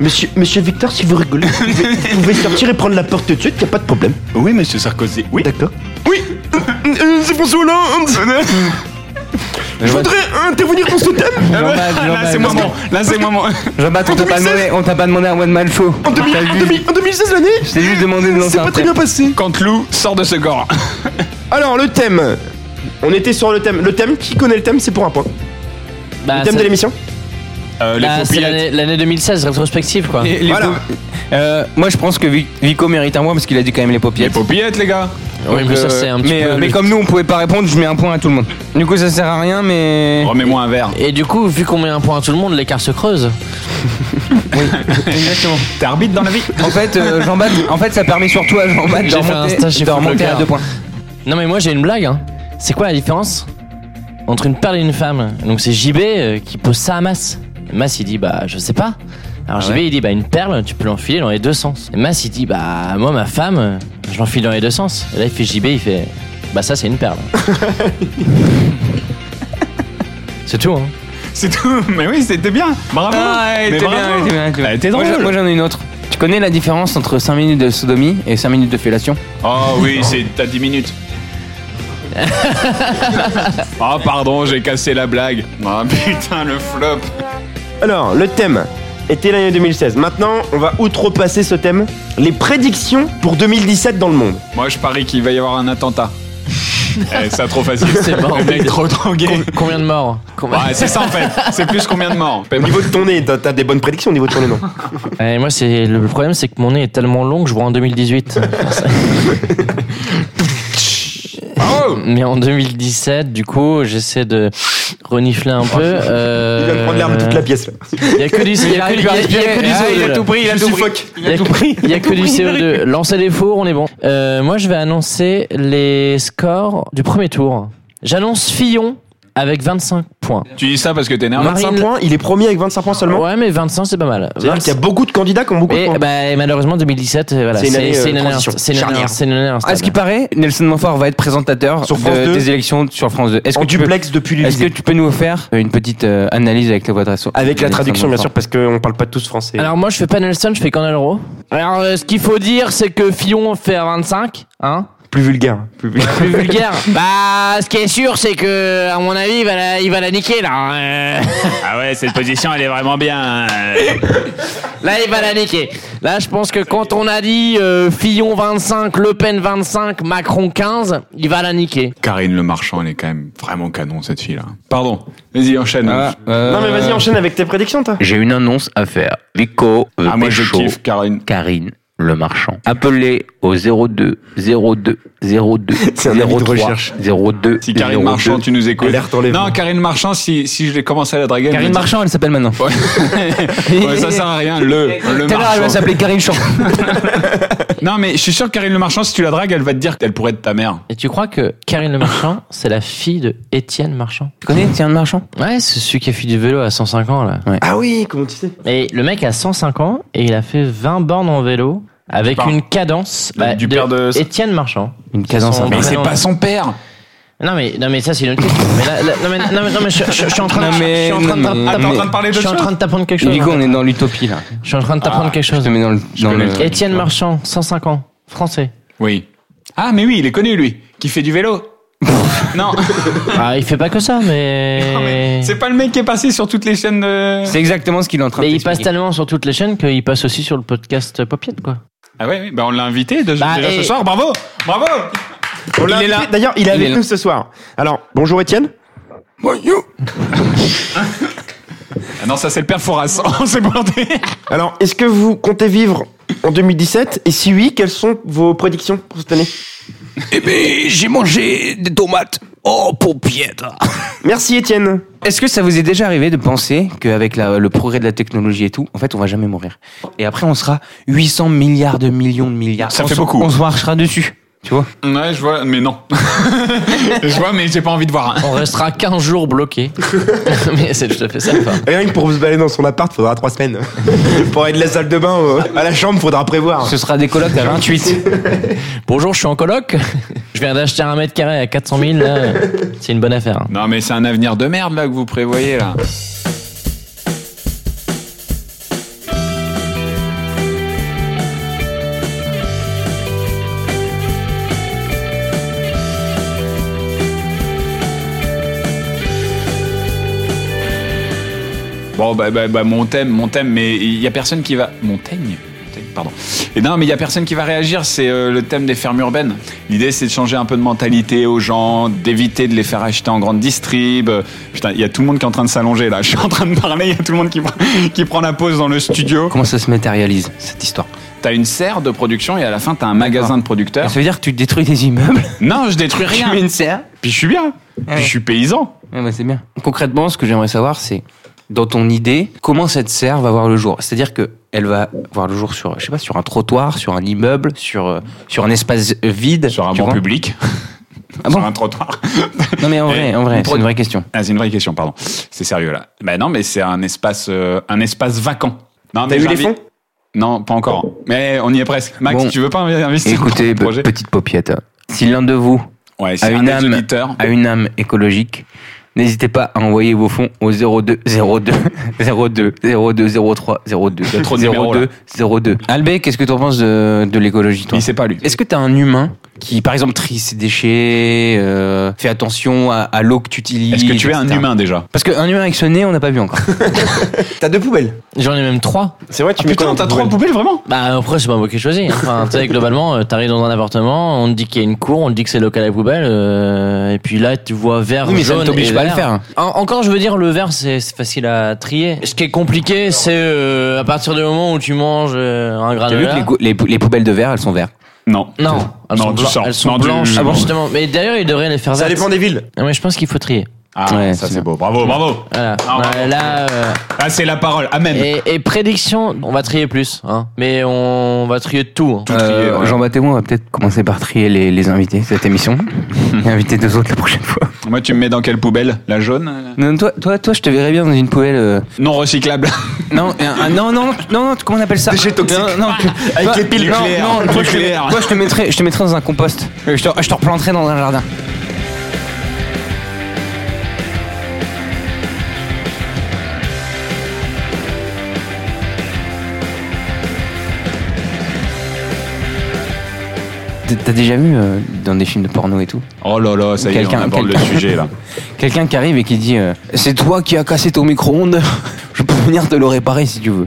S2: Monsieur, monsieur Victor, si vous rigolez, vous pouvez, vous pouvez sortir et prendre la porte tout de suite, y a pas de problème.
S1: Oui, monsieur Sarkozy. Oui.
S2: D'accord Oui C'est François Hollande Je voudrais Euh, intervenir dans ce thème
S4: Jean-Baptiste,
S1: Ah Là, c'est
S4: Jean-Baptiste.
S1: maman. Là, c'est maman.
S4: Jean-Baptiste, on t'a pas demandé- on t'a pas demandé un one man show.
S2: En, 2000
S4: Ah, T'as
S2: en
S4: vu
S2: 2000 en 2016 l'année,
S4: Je t'ai juste demandé de
S2: c'est
S4: lancer un
S2: pas très
S4: thème.
S2: bien passé.
S1: Quand Lou sort de ce corps.
S2: Alors le thème, on était sur le thème. Le thème, qui connaît le thème, c'est pour un point.
S3: Bah,
S2: le thème
S3: ça-
S2: de l'émission.
S1: Euh, Les
S3: bah,
S1: faux
S3: c'est
S1: pilotes.
S3: l'année- l'année 2016 rétrospective quoi.
S4: Et les
S2: Voilà.
S4: pauvres- Euh, moi, je pense que Vi- Vico mérite un point parce qu'il a dit quand même les
S1: Les
S4: paupiètes.
S1: paupillettes, les gars.
S3: oui, mais ça c'est un petit
S4: mais,
S3: peu.
S4: euh, mais
S3: le-
S4: comme nous, on pouvait pas répondre, je mets un point à tout le monde. Du coup, ça sert à rien, mais.
S3: Oh,
S1: Remets-moi Oh, un verre.
S3: Et du coup, vu qu'on met un point à tout le monde, l'écart se creuse.
S4: Exactement.
S1: T'es arbitre dans la vie
S4: En fait, euh, Jean-Baptiste, en fait, ça permet surtout à Jean-Baptiste de
S3: J'ai fait un
S4: remonter,
S3: stage chez
S4: de remonter
S3: Footlocker.
S4: à deux points.
S3: Non mais moi j'ai une blague. Hein. C'est quoi la différence entre une perle et une femme Donc c'est JB euh, qui pose ça à Mass. Et Mass il dit bah je sais pas. Alors JB il dit bah une perle tu peux l'enfiler dans les deux sens. Et Mass il dit bah moi ma femme euh, je l'enfile dans les deux sens. Et là il fait JB il fait bah ça c'est une perle. c'est tout hein.
S1: C'est tout. Mais oui, c'était bien. Bravo. Mais bravo. Elle était
S4: Moi,
S1: drôle.
S4: j'en- Moi, j'en ai une autre. Tu connais la différence entre 5 minutes de sodomie et 5 minutes de fellation
S1: Oh oui, c'est t'as 10 minutes. oh pardon, j'ai cassé la blague. Oh putain, le flop.
S2: Alors le thème était l'année 2016. Maintenant, on va outrepasser ce thème. Les prédictions pour 2017 dans le monde.
S1: Moi, je parie qu'il va y avoir un attentat. Eh, c'est trop facile.
S3: C'est mort.
S1: Le mec trop drogué.
S3: Com- combien de morts Combien-
S1: Ouais, c'est ça en fait. C'est plus combien de morts.
S2: Au niveau de ton nez, t'as t'as des bonnes prédictions au niveau de ton nez, non
S3: Et moi c'est le problème c'est que mon nez est tellement long que je vois en 2018.
S1: Oh
S3: Euh, Mais en 2017, du coup, j'essaie de renifler un peu. euh,
S2: Il vient de prendre l'air de toute la pièce. Là.
S3: Il y a que du, il y a que du- il y a- il y a que du
S4: Ah, il a tout
S3: CO2.
S4: pris, il a tout pris.
S3: Il y a que- il y a que du CO2. Lancez les fours, on est bon. Euh, moi, je vais annoncer les scores du premier tour. J'annonce Fillon avec 25 points.
S1: Tu dis ça parce que t'es énervé.
S3: Mar-
S2: 25
S3: Marine-
S2: points, il est premier avec 25 points seulement.
S3: Ouais, mais 25, c'est pas mal.
S2: C'est-à-dire qu'il y a beaucoup de candidats qui ont beaucoup de
S3: Et
S2: points.
S3: bah, et malheureusement, 2017, euh, voilà,
S2: C'est une année, euh,
S3: année
S2: transition,
S3: inst- c'est une année
S2: charnière.
S3: inst- c'est une année
S4: À ce qui
S3: instable.
S4: paraît, Nelson Montfort va être présentateur
S2: Sur France
S4: de-
S2: 2.
S4: des élections sur France 2. Est-ce
S2: en
S4: que tu peux-
S2: duplex depuis
S4: Est-ce que
S2: l'Élysée.
S4: tu peux nous faire une petite euh, analyse avec la voix de Rasso
S2: Avec la
S4: Nelson
S2: traduction, bien
S4: Montfort.
S2: sûr, parce qu'on parle pas tous français.
S3: Alors moi je fais pas Nelson, je fais Canal Row. Alors euh, ce qu'il faut dire c'est que Fillon fait 25, hein
S2: plus vulgaire. Plus vulgaire.
S3: plus vulgaire. Bah, ce qui est sûr, c'est que, à mon avis, il va la, il va la niquer, là. hein.
S1: Ah ouais, cette position, elle est vraiment bien.
S3: Là, il va la niquer. Là, je pense que quand on a dit euh, Fillon 25, Le Pen 25, Macron 15, il va la niquer.
S1: Karine Le Marchand, elle est quand même vraiment canon cette fille-là. Pardon. Vas-y, enchaîne.
S4: Ah, euh,
S2: Non mais vas-y enchaîne avec tes prédictions toi.
S9: J'ai une annonce à faire. Vico euh,
S1: Ah, moi je
S9: Pécho,
S1: kiffe Karine.
S9: Karine le marchand. Appelez au 02 02 02
S2: C'est un avis de
S9: 03
S2: recherche.
S9: 02
S1: Si Karine
S9: 02.
S1: Marchand, tu nous écoutes.
S2: Alerte enlèvement.
S1: Non, Karine Marchand, si, si je l'ai commencé à la draguer. elle
S4: Karine
S1: me dit-
S4: Marchand, elle s'appelle maintenant.
S1: Ouais, ça sert à rien. Le, le
S4: Tout à
S2: hein.
S4: l'heure, elle va
S1: Marchand.
S4: s'appeler Karine Chant.
S1: Non, mais je suis sûr que Karine Le Marchand, si tu la dragues, elle va te dire qu'elle pourrait être ta mère.
S3: Et tu crois que Karine Le Marchand, c'est la fille de Étienne Marchand
S4: Tu connais Tiens, Marchand
S3: Ouais, c'est celui qui a fait du vélo à 105 ans, là.
S2: Ah oui, comment tu sais
S3: Et le mec a 105 ans et il a fait 20 bornes en vélo avec
S1: Par-
S3: une cadence bah,
S1: du père de-
S3: Étienne Marchand.
S4: Une cadence
S3: Son-
S4: à
S1: Mais
S3: Ouais,
S1: c'est
S3: non.
S1: pas son père.
S3: Non mais non mais ça c'est une autre question. Mais là, là, non mais non mais, non, mais je, je- je suis en train de
S4: Non, mais-
S3: je suis en train de
S4: non, mais-
S3: t'apprendre-
S4: Attends, en train
S1: de parler
S3: je
S1: d'autre
S3: suis en
S1: chose
S3: train de t'apprendre quelque chose.
S4: Vico, on est dans l'utopie là.
S3: Je suis en train de t'apprendre quelque
S4: Ah, Je
S3: chose.
S4: te mets dans le. dans
S1: connais
S4: le-
S1: le-
S3: Étienne Marchand, 105 ans, français.
S1: Oui. Ah, mais oui, il est connu, lui, qui fait du vélo. Non,
S3: Ah, il fait pas que ça, mais.
S1: non, mais c'est pas le mec qui est passé sur toutes les chaînes de.
S4: C'est exactement ce qu'il est en train
S3: Mais il
S4: de
S3: passe
S4: t'expliquer.
S3: tellement sur toutes les chaînes qu'il passe aussi sur le podcast Popiette, quoi.
S1: Ah ouais, ouais, bah on l'a invité de-
S3: Bah,
S1: déjà
S3: et-
S1: ce soir. Bravo, bravo.
S2: On l'a
S4: Il est
S2: invité-
S4: là.
S2: D'ailleurs, il est
S4: Il
S2: avec
S4: est là.
S2: nous ce soir. Alors, bonjour Étienne.
S1: Ah non, ça c'est le père Fouras. On s'est planté.
S2: Alors, est-ce que vous comptez vivre en 2017 Et si oui, quelles sont vos prédictions pour cette année
S4: Eh ben, j'ai mangé des tomates. Oh, pompiette
S2: Merci Étienne.
S4: Est-ce que ça vous est déjà arrivé de penser qu'avec la- le progrès de la technologie et tout, en fait, on va jamais mourir Et après, on sera 800 milliards de millions de milliards.
S1: Ça
S4: On
S1: fait
S4: se-
S1: beaucoup.
S4: On se marchera dessus, tu vois
S1: Ouais, je vois, mais non. je vois, mais j'ai pas envie de voir. hein.
S3: On restera 15 jours bloqués. mais c'est tout à fait ça. enfin.
S2: Rien que pour vous balader dans son appart, faudra trois semaines. pour aller de la salle de bain au- à la chambre, faudra prévoir.
S4: Ce sera des colocs à 28.
S3: Bonjour, je suis en coloc. Je viens d'acheter un mètre carré à 400 000. là. C'est une bonne affaire. hein.
S1: Non, mais c'est un avenir de merde là que vous prévoyez là. Bon, bah, bah, bah, mon thème, mon thème, mais il y a personne qui va. Montaigne Montaigne, Pardon. Et non, mais il y a personne qui va réagir. C'est euh, le thème des fermes urbaines. L'idée, c'est de changer un peu de mentalité aux gens, d'éviter de les faire acheter en grande distrib. Euh, Putain, il y a tout le monde qui est en train de s'allonger là. Je suis en train de parler, il y a tout le monde qui, prend- qui prend la pause dans le studio.
S4: Comment ça se matérialise, cette histoire
S1: T'as une serre de production et à la fin, t'as un magasin de producteurs.
S4: Ça veut dire que tu détruis des immeubles
S1: Non, je détruis
S4: Tu mets
S1: rien.
S4: une serre
S1: Puis je suis bien. Puis je suis paysan.
S4: Ouais, bah, c'est bien. Concrètement, ce que j'aimerais savoir, c'est dans ton idée, comment cette serre va voir le jour C'est-à-dire que elle va voir le jour sur, je sais pas, sur un trottoir, sur un immeuble, sur euh, sur un espace euh, vide,
S1: Sur un
S4: tu
S1: banc
S4: vois
S1: public,
S4: Ah bon
S1: sur un trottoir.
S4: Non mais en vrai, en vrai,
S1: Une
S4: c'est une vraie question.
S1: Ah, c'est une vraie question, pardon. C'est sérieux là. Ben non, mais c'est un espace, euh, un espace vacant. Non,
S2: T'as
S1: mais
S2: eu les
S1: j'invite-
S2: fonds
S1: Non, pas encore. Mais on y est presque. Max,
S4: Bon.
S1: tu veux pas investir
S4: Écoutez,
S1: dans ce projet
S4: petite paupiette, si l'un de vous
S1: Ouais,
S4: à
S1: c'est un
S4: une
S1: des
S4: âme-
S1: auditeurs.
S4: a une âme écologique, n'hésitez pas à envoyer vos fonds au 02 02 02 02 03 02
S1: y a trop de numéros, là.
S4: 02 02. Albé, qu'est-ce que tu en penses de, de l'écologie toi
S1: Il sait pas lui.
S4: Est-ce que t'as un humain qui, par exemple, trie ses déchets, euh, fait attention à, à l'eau que tu utilises
S1: Est-ce que tu es un
S4: etc.
S1: humain déjà
S4: Parce qu'un humain avec ce nez, on n'a pas vu encore.
S2: T'as deux poubelles. Ah,
S3: J'en ai même trois.
S2: C'est vrai, tu mets quoi dans tes poubelles
S1: poubelles vraiment
S3: Bah après c'est pas moi qui choisis. hein. Enfin tu sais globalement euh, t'arrives dans un appartement, on te dit qu'il y a une cour, on te dit que c'est local à la poubelle, euh, et puis là tu vois vert,
S4: Oui, mais ça ne
S3: jaune
S4: t'oblige
S3: et
S4: pas à le
S3: vert.
S4: faire.
S3: En- encore je veux dire le vert c'est c'est facile à trier. Ce qui est compliqué c'est euh, à partir du moment où tu manges euh, un
S4: T'as
S3: granola.
S4: vu que les, cou- les, pou- les poubelles de verre, elles sont vertes.
S1: Non.
S3: Non, elles
S1: Non,
S3: sont,
S1: du
S3: blan-
S1: sang.
S3: elles sont
S1: Non, du-
S3: blanches.
S1: Ah bon
S3: justement. Mais d'ailleurs ils devraient les faire
S2: Ça
S3: vertes.
S2: dépend des villes.
S3: Non, mais je pense qu'il faut trier.
S1: Ah,
S4: Ouais,
S1: ça
S4: c'est
S1: c'est
S4: bien.
S1: beau. Bravo, bravo.
S3: Voilà.
S1: Ah,
S3: Ouais,
S1: bravo.
S3: là. euh,
S1: Ah, c'est la parole. Amen.
S3: et, et prédiction, on va trier plus, hein. Mais on va trier de tout. hein.
S1: Tout trier,
S4: Euh,
S1: ouais.
S4: Jean Baptiste, on va peut-être commencer par trier les, les invités de cette émission. Et inviter deux autres la prochaine fois.
S1: Moi, tu me mets dans quelle poubelle La jaune euh,
S4: Non, toi, toi, toi, je te verrais bien dans une poubelle. euh,
S1: Non recyclable.
S4: Non, un- un- non, non, non, non, comment on appelle ça
S2: Déchets toxiques.
S4: Non, non, tu-
S2: Avec
S4: toi-
S2: les piles
S4: non,
S1: nucléaires,
S4: non, toi, je te-
S1: nucléaires.
S4: toi, je te mettrais, je te mettrais dans un compost. Euh, Je te, je te replanterais dans un jardin. T'as- T'as déjà vu euh, dans des films de porno et tout
S1: Oh là là, ça y est, on
S4: Quelqu'un-
S1: aborde le
S4: quelqu'un-
S1: sujet là.
S4: Quelqu'un qui arrive et qui dit euh, C'est toi qui as cassé ton micro-ondes, je peux venir te le réparer si tu veux.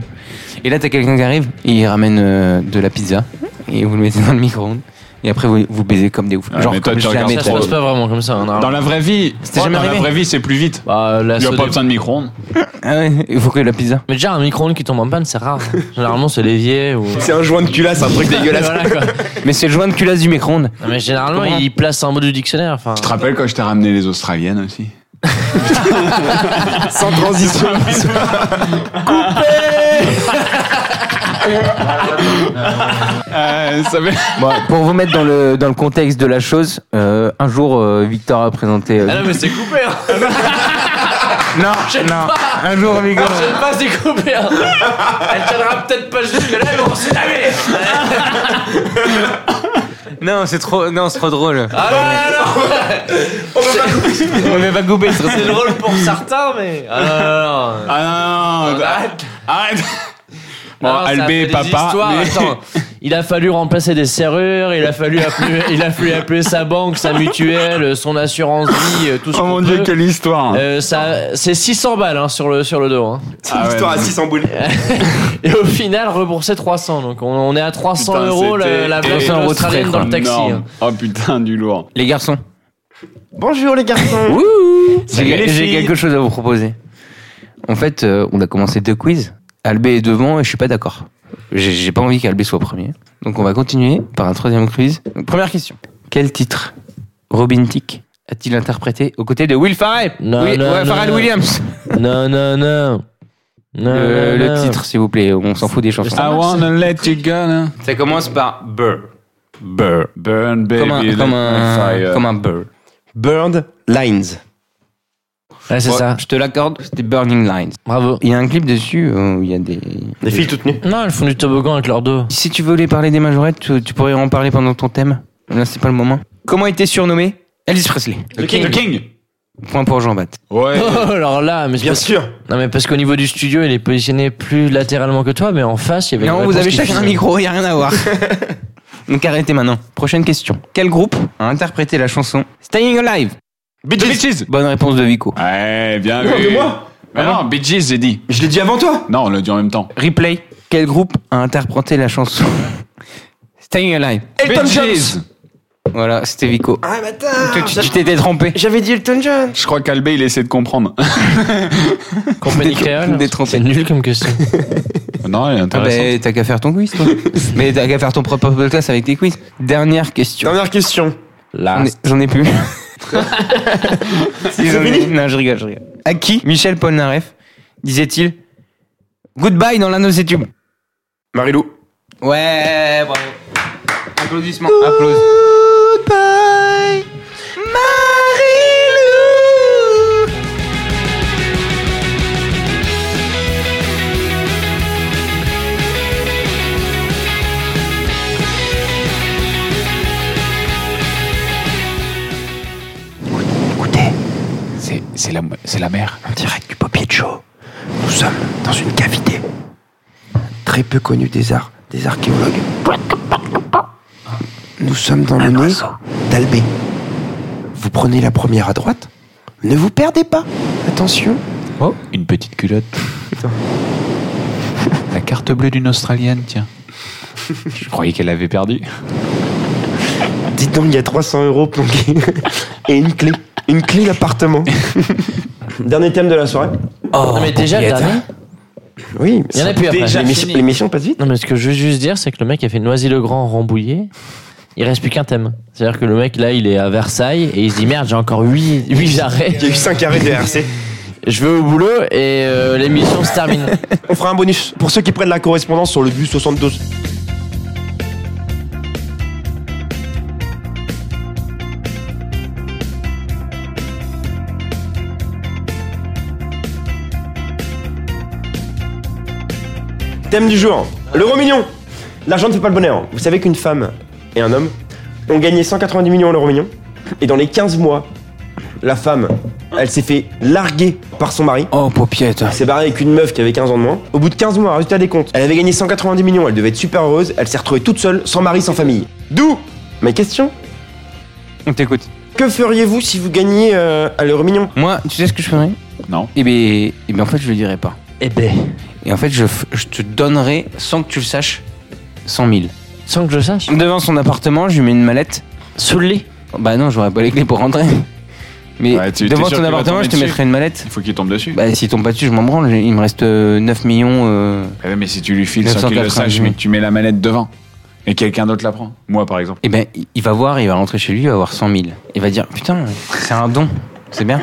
S4: Et là, t'as quelqu'un qui arrive, et il ramène euh, de la pizza, et vous le mettez dans le micro-ondes, et après vous, vous baisez comme des ouf.
S1: Ouais,
S4: Genre,
S1: mais toi,
S4: comme
S1: tu regardes
S4: jamais
S3: Ça se
S1: trop.
S4: trop.
S1: trop.
S3: passe pas vraiment comme ça. hein, normalement.
S1: Dans la vraie vie,
S4: C'était jamais
S1: dans la
S4: arrivé
S1: vraie vie, c'est plus vite.
S3: Bah, la
S1: Il n'y a
S3: saute
S1: pas
S3: des-
S1: besoin de micro-ondes.
S4: Ah ouais, il faut que la pizza.
S3: Mais déjà, un micro-ondes qui tombe en panne, c'est rare. hein. Généralement, c'est l'évier ou.
S2: C'est un joint de culasse, un truc dégueulasse.
S3: Voilà, quoi.
S4: Mais c'est le joint de culasse du micro-ondes.
S3: Non, mais généralement,
S4: Comment
S3: il place un mot du dictionnaire. Enfin,
S1: Tu te rappelles quand je t'ai ramené les Australiennes aussi
S2: Sans transition.
S1: Euh, ça fait-
S4: Bon, pour vous mettre dans le, dans le contexte de la chose, euh, un jour, euh, Victor a présenté. euh,
S3: Ah non, mais c'est coupé. Hein.
S4: non, non, un jour, Victor.
S3: Je sais pas, c'est coupé. Hein. Elle tiendra peut-être pas jusque-là, mais on sait jamais.
S4: Non, c'est trop, non, c'est trop drôle.
S3: Ah non, non, non.
S4: On va pas couper, c'est trop
S3: C'est drôle pour certains, mais. Ah non, non, non.
S1: Ah non, non, non, non,
S3: Arrête.
S1: arrête Bon,
S3: Ah non, ça
S1: Albé,
S3: fait des
S1: papa.
S3: histoires,
S1: mais-
S3: attends. Il a fallu remplacer des serrures, il a fallu appeler, il a fallu appeler sa banque, sa mutuelle, son assurance vie, euh, tout ce
S1: Oh
S3: qu'on
S1: mon dieu,
S3: peut.
S1: quelle histoire
S3: Euh, ça, c'est 600 balles hein, sur le sur le dos. hein.
S2: C'est
S1: Ah
S2: une
S1: ouais,
S2: histoire à
S1: non.
S2: 600 boules.
S3: Et au final, remboursé 300. Donc on, on est à 300
S1: Putain,
S3: euros la,
S1: c'était
S3: la banque
S4: énorme.
S3: australienne dans le taxi.
S1: Énorme.
S3: hein.
S1: Oh putain, du lourd.
S4: Les garçons,
S2: Bonjour les garçons. Salut
S4: j'ai
S2: les
S4: j'ai
S2: filles.
S4: quelque chose à vous proposer. En fait, euh, on a commencé deux quiz. Albé est devant et je suis pas d'accord. J'ai- J'ai pas envie qu'Albé soit premier. Donc on va continuer par un troisième quiz. Donc, première question. Quel titre Robin Thicke a-t-il interprété aux côtés de Will Farrell
S3: Non,
S4: Oui,
S3: non, non,
S4: ouais, Pharrell
S3: non.
S4: Williams.
S3: Non, non, non. Non,
S4: Euh,
S3: non,
S4: le
S3: non. Ah.
S4: titre, s'il vous plaît. Ah, On s'en fout des chansons.
S1: I wanna let you go.
S4: Ça commence par Burr.
S1: Burn, burn, baby.
S4: Comme un,
S1: let
S4: comme
S1: me
S4: un,
S1: fire.
S4: comme un Burr.
S2: Bird Lines.
S3: Ouais, c'est
S4: Ouais,
S3: ça.
S4: Je te l'accorde, c'était Burning Lines.
S3: Bravo.
S4: Il y a un clip dessus euh, où il y a des.
S2: Les filles toutes nues.
S3: Non, elles font du toboggan avec leur dos.
S4: Si tu voulais parler des majorettes, tu, tu pourrais en parler pendant ton thème. Là, c'est pas le moment. Comment était surnommé Elvis Presley
S1: The King. The King.
S4: Point pour Jean-Baptiste.
S1: Ouais.
S3: Oh, alors là, mais c'est
S2: Bien
S3: parce-
S2: sûr.
S3: Non, mais parce qu'au niveau du studio, il est positionné plus latéralement que toi, mais en face,
S1: Eh ben,
S3: il y avait. une
S4: Non, vous
S3: réponse
S4: avez
S3: qui
S4: chacun un
S3: faisait-
S4: micro, il a rien à voir. Donc arrêtez maintenant. Prochaine question. Quel groupe a interprété la chanson Staying Alive
S1: The Bitches.
S4: Bonne réponse de Vico.
S1: Ouais, bien vu.
S2: Non, mais moi
S1: Ah non, Bitches, j'ai dit.
S2: Je l'ai dit avant toi.
S1: Non, on l'a dit en même temps.
S4: Replay. Quel groupe a interprété la chanson Staying Alive
S2: Elton John.
S1: Bitches.
S4: Voilà, c'était Vico.
S2: Ah bâtard.
S4: Toi, tu tu t'étais trompé.
S2: J'avais dit Elton John.
S1: Je crois qu'Albé, il essaie de comprendre.
S3: Compagnie créole.
S4: Détrompé.
S3: C'est nul comme question.
S1: non, il est
S4: Ah
S1: intéressant.
S4: ben, t'as qu'à faire ton quiz, toi. Mais t'as qu'à faire ton propre podcast avec tes quiz. Dernière question.
S2: Dernière question.
S3: Là.
S4: J'en ai- J'en ai plus. Si, j'en ai- Non, je rigole, je rigole. À qui Michel Polnareff disait-il Goodbye dans l'un de ses tubes
S2: Marilou.
S4: Ouais, bravo. Applaudissements, applause. Goodbye Marilou
S9: C'est, c'est, la, c'est la mer. En direct du papier de chaud. Nous sommes dans une cavité. Très peu connue des arts, des archéologues.
S10: Nous sommes dans le nez d'Albé. Vous prenez la première à droite. Ne vous perdez pas. Attention.
S9: Oh, une petite culotte. La carte bleue d'une Australienne, tiens.
S1: Je croyais qu'elle avait perdu.
S2: Dites donc, il y a 300 euros planqués. Et une clé. Une clé d'appartement. Dernier thème de la soirée.
S4: Oh,
S3: non, mais déjà, le dernier.
S2: Oui. mais
S3: Il y en a
S2: ça-
S3: plus après.
S2: L'émission l'émission passe vite.
S3: Non, mais ce que je veux juste dire, c'est que le mec a fait Noisy-le-Grand Rambouillet. Il reste plus qu'un thème. C'est-à-dire que le mec, là, il est à Versailles et il se dit merde, j'ai encore 8, arrêts.
S2: Il y a eu 5 arrêts de RC.
S3: Je vais au boulot et euh, l'émission se termine.
S2: On fera un bonus pour ceux qui prennent la correspondance sur le bus 72. Thème du jour, l'euro million. L'argent ne fait pas le bonheur. Vous savez qu'une femme et un homme ont gagné 190 millions à l'euro million. Et dans les 15 mois, la femme, elle s'est fait larguer par son mari.
S4: Oh, paupiette.
S2: Elle s'est barrée Ah, avec une meuf qui avait 15 ans de moins. Au bout de 15 mois, résultat des comptes, elle avait gagné 190 millions, elle devait être super heureuse, elle s'est retrouvée toute seule, sans mari, sans famille. D'où ma question
S4: On t'écoute.
S2: Que feriez-vous si vous gagniez euh, à l'euro million
S4: Moi, tu sais ce que je ferais
S1: Non.
S4: Eh ben, eh ben, en fait, je le dirais pas.
S3: Eh ben,
S4: Et en fait, je, f- je te donnerai, sans que tu le saches, 100 000.
S3: sans que je sache,
S4: Devant son appartement, je lui mets une mallette.
S3: sous le lit.
S4: Bah non, j'aurais pas les clés pour rentrer. Mais
S1: Ouais, tu- t'es
S4: devant
S1: sûr
S4: ton
S1: qu'il va
S4: appartement,
S1: tomber
S4: je te
S1: dessus
S4: mettrai une mallette.
S1: Il faut qu'il tombe dessus.
S4: Bah s'il tombe pas dessus, je m'en branle. Il me reste euh, 9 millions. euh,
S1: Ah ouais, mais si tu lui files sans qu'il le
S4: 990,
S1: sache, mais que tu mets la mallette devant et quelqu'un d'autre la prend. Moi, par exemple.
S4: Eh ben, il- il va voir, il va rentrer chez lui, il va avoir 100 000. Il va dire, putain, c'est un don. C'est bien.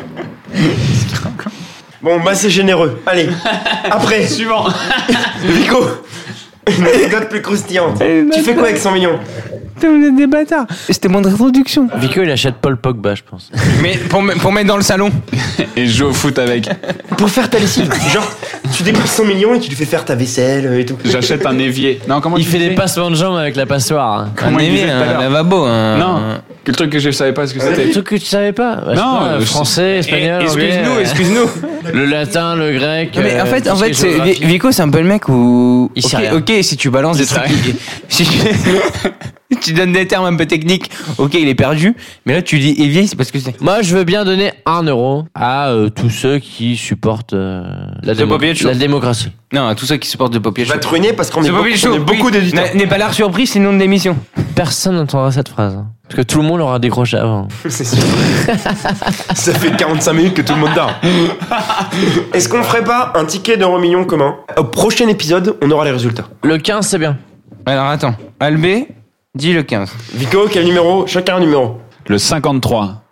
S2: Bon, bah c'est généreux. Allez, après,
S1: Suivant.
S2: Vico Une anecdote plus croustillante. Tu fais quoi avec 100 millions
S4: Putain, vous êtes des bâtards. C'était moins de réduction.
S3: Vico, il achète Paul Pogba, je pense.
S4: Mais pour, me- pour mettre dans le salon.
S1: Et je joue au foot avec.
S2: Pour faire ta lessive. Genre, tu dépenses 100 millions et tu lui fais faire ta vaisselle euh, et tout.
S1: J'achète un évier. Non, comment
S3: Il
S1: tu
S3: fait
S1: dis
S3: des passements de jambes avec la passoire. hein.
S1: Comment
S4: un
S1: il
S4: aimé,
S1: disait tout à
S4: un
S1: l'heure
S4: lavabo. Un...
S1: Non. Que Le truc que je savais pas ce que c'était.
S3: Un truc que tu savais pas. Bah, je sais
S1: Non,
S3: pas,
S1: euh,
S3: français, espagnol, anglais.
S4: Excuse-nous,
S3: euh,
S4: excuse-nous.
S3: Le latin, le grec.
S4: Non, mais
S3: euh,
S4: en fait,
S3: tout
S4: en
S3: ce qui est
S4: fait, c'est-
S3: géographie.
S4: Vi- Vico, c'est un peu le mec où.
S3: Il sait
S4: ok,
S3: rien.
S4: ok, si tu balances des
S3: Il sait
S4: trucs, si tu... tu donnes des termes un peu techniques, ok, il est perdu. Mais là, tu dis et vieille, c'est parce que c'est.
S3: Moi, je veux bien donner un euro à euh, tous ceux qui supportent euh, la, démo-
S4: papier de chaud.
S3: la démocratie.
S4: Non, à tous ceux qui supportent de papier
S2: Je
S4: chaud.
S2: vais te ruiner parce qu'on
S4: Ce
S2: est, beaucoup-
S4: papier
S2: on
S4: chaud,
S2: est beaucoup
S4: oui,
S2: d'éditeurs.
S4: n'a- N'est pas l'art surprise, c'est le nom de l'émission.
S3: Personne n'entendra cette phrase. hein. Parce que tout le monde l'aura décroché avant.
S2: C'est sûr. Ça fait 45 minutes que tout le monde dort. Est-ce qu'on ferait pas un ticket d'euro million commun Au prochain épisode, on aura les résultats.
S3: Le 15, c'est bien.
S4: Alors attends, Albé, dis le 15.
S2: Vico, quel numéro Chacun un numéro.
S1: Le 53.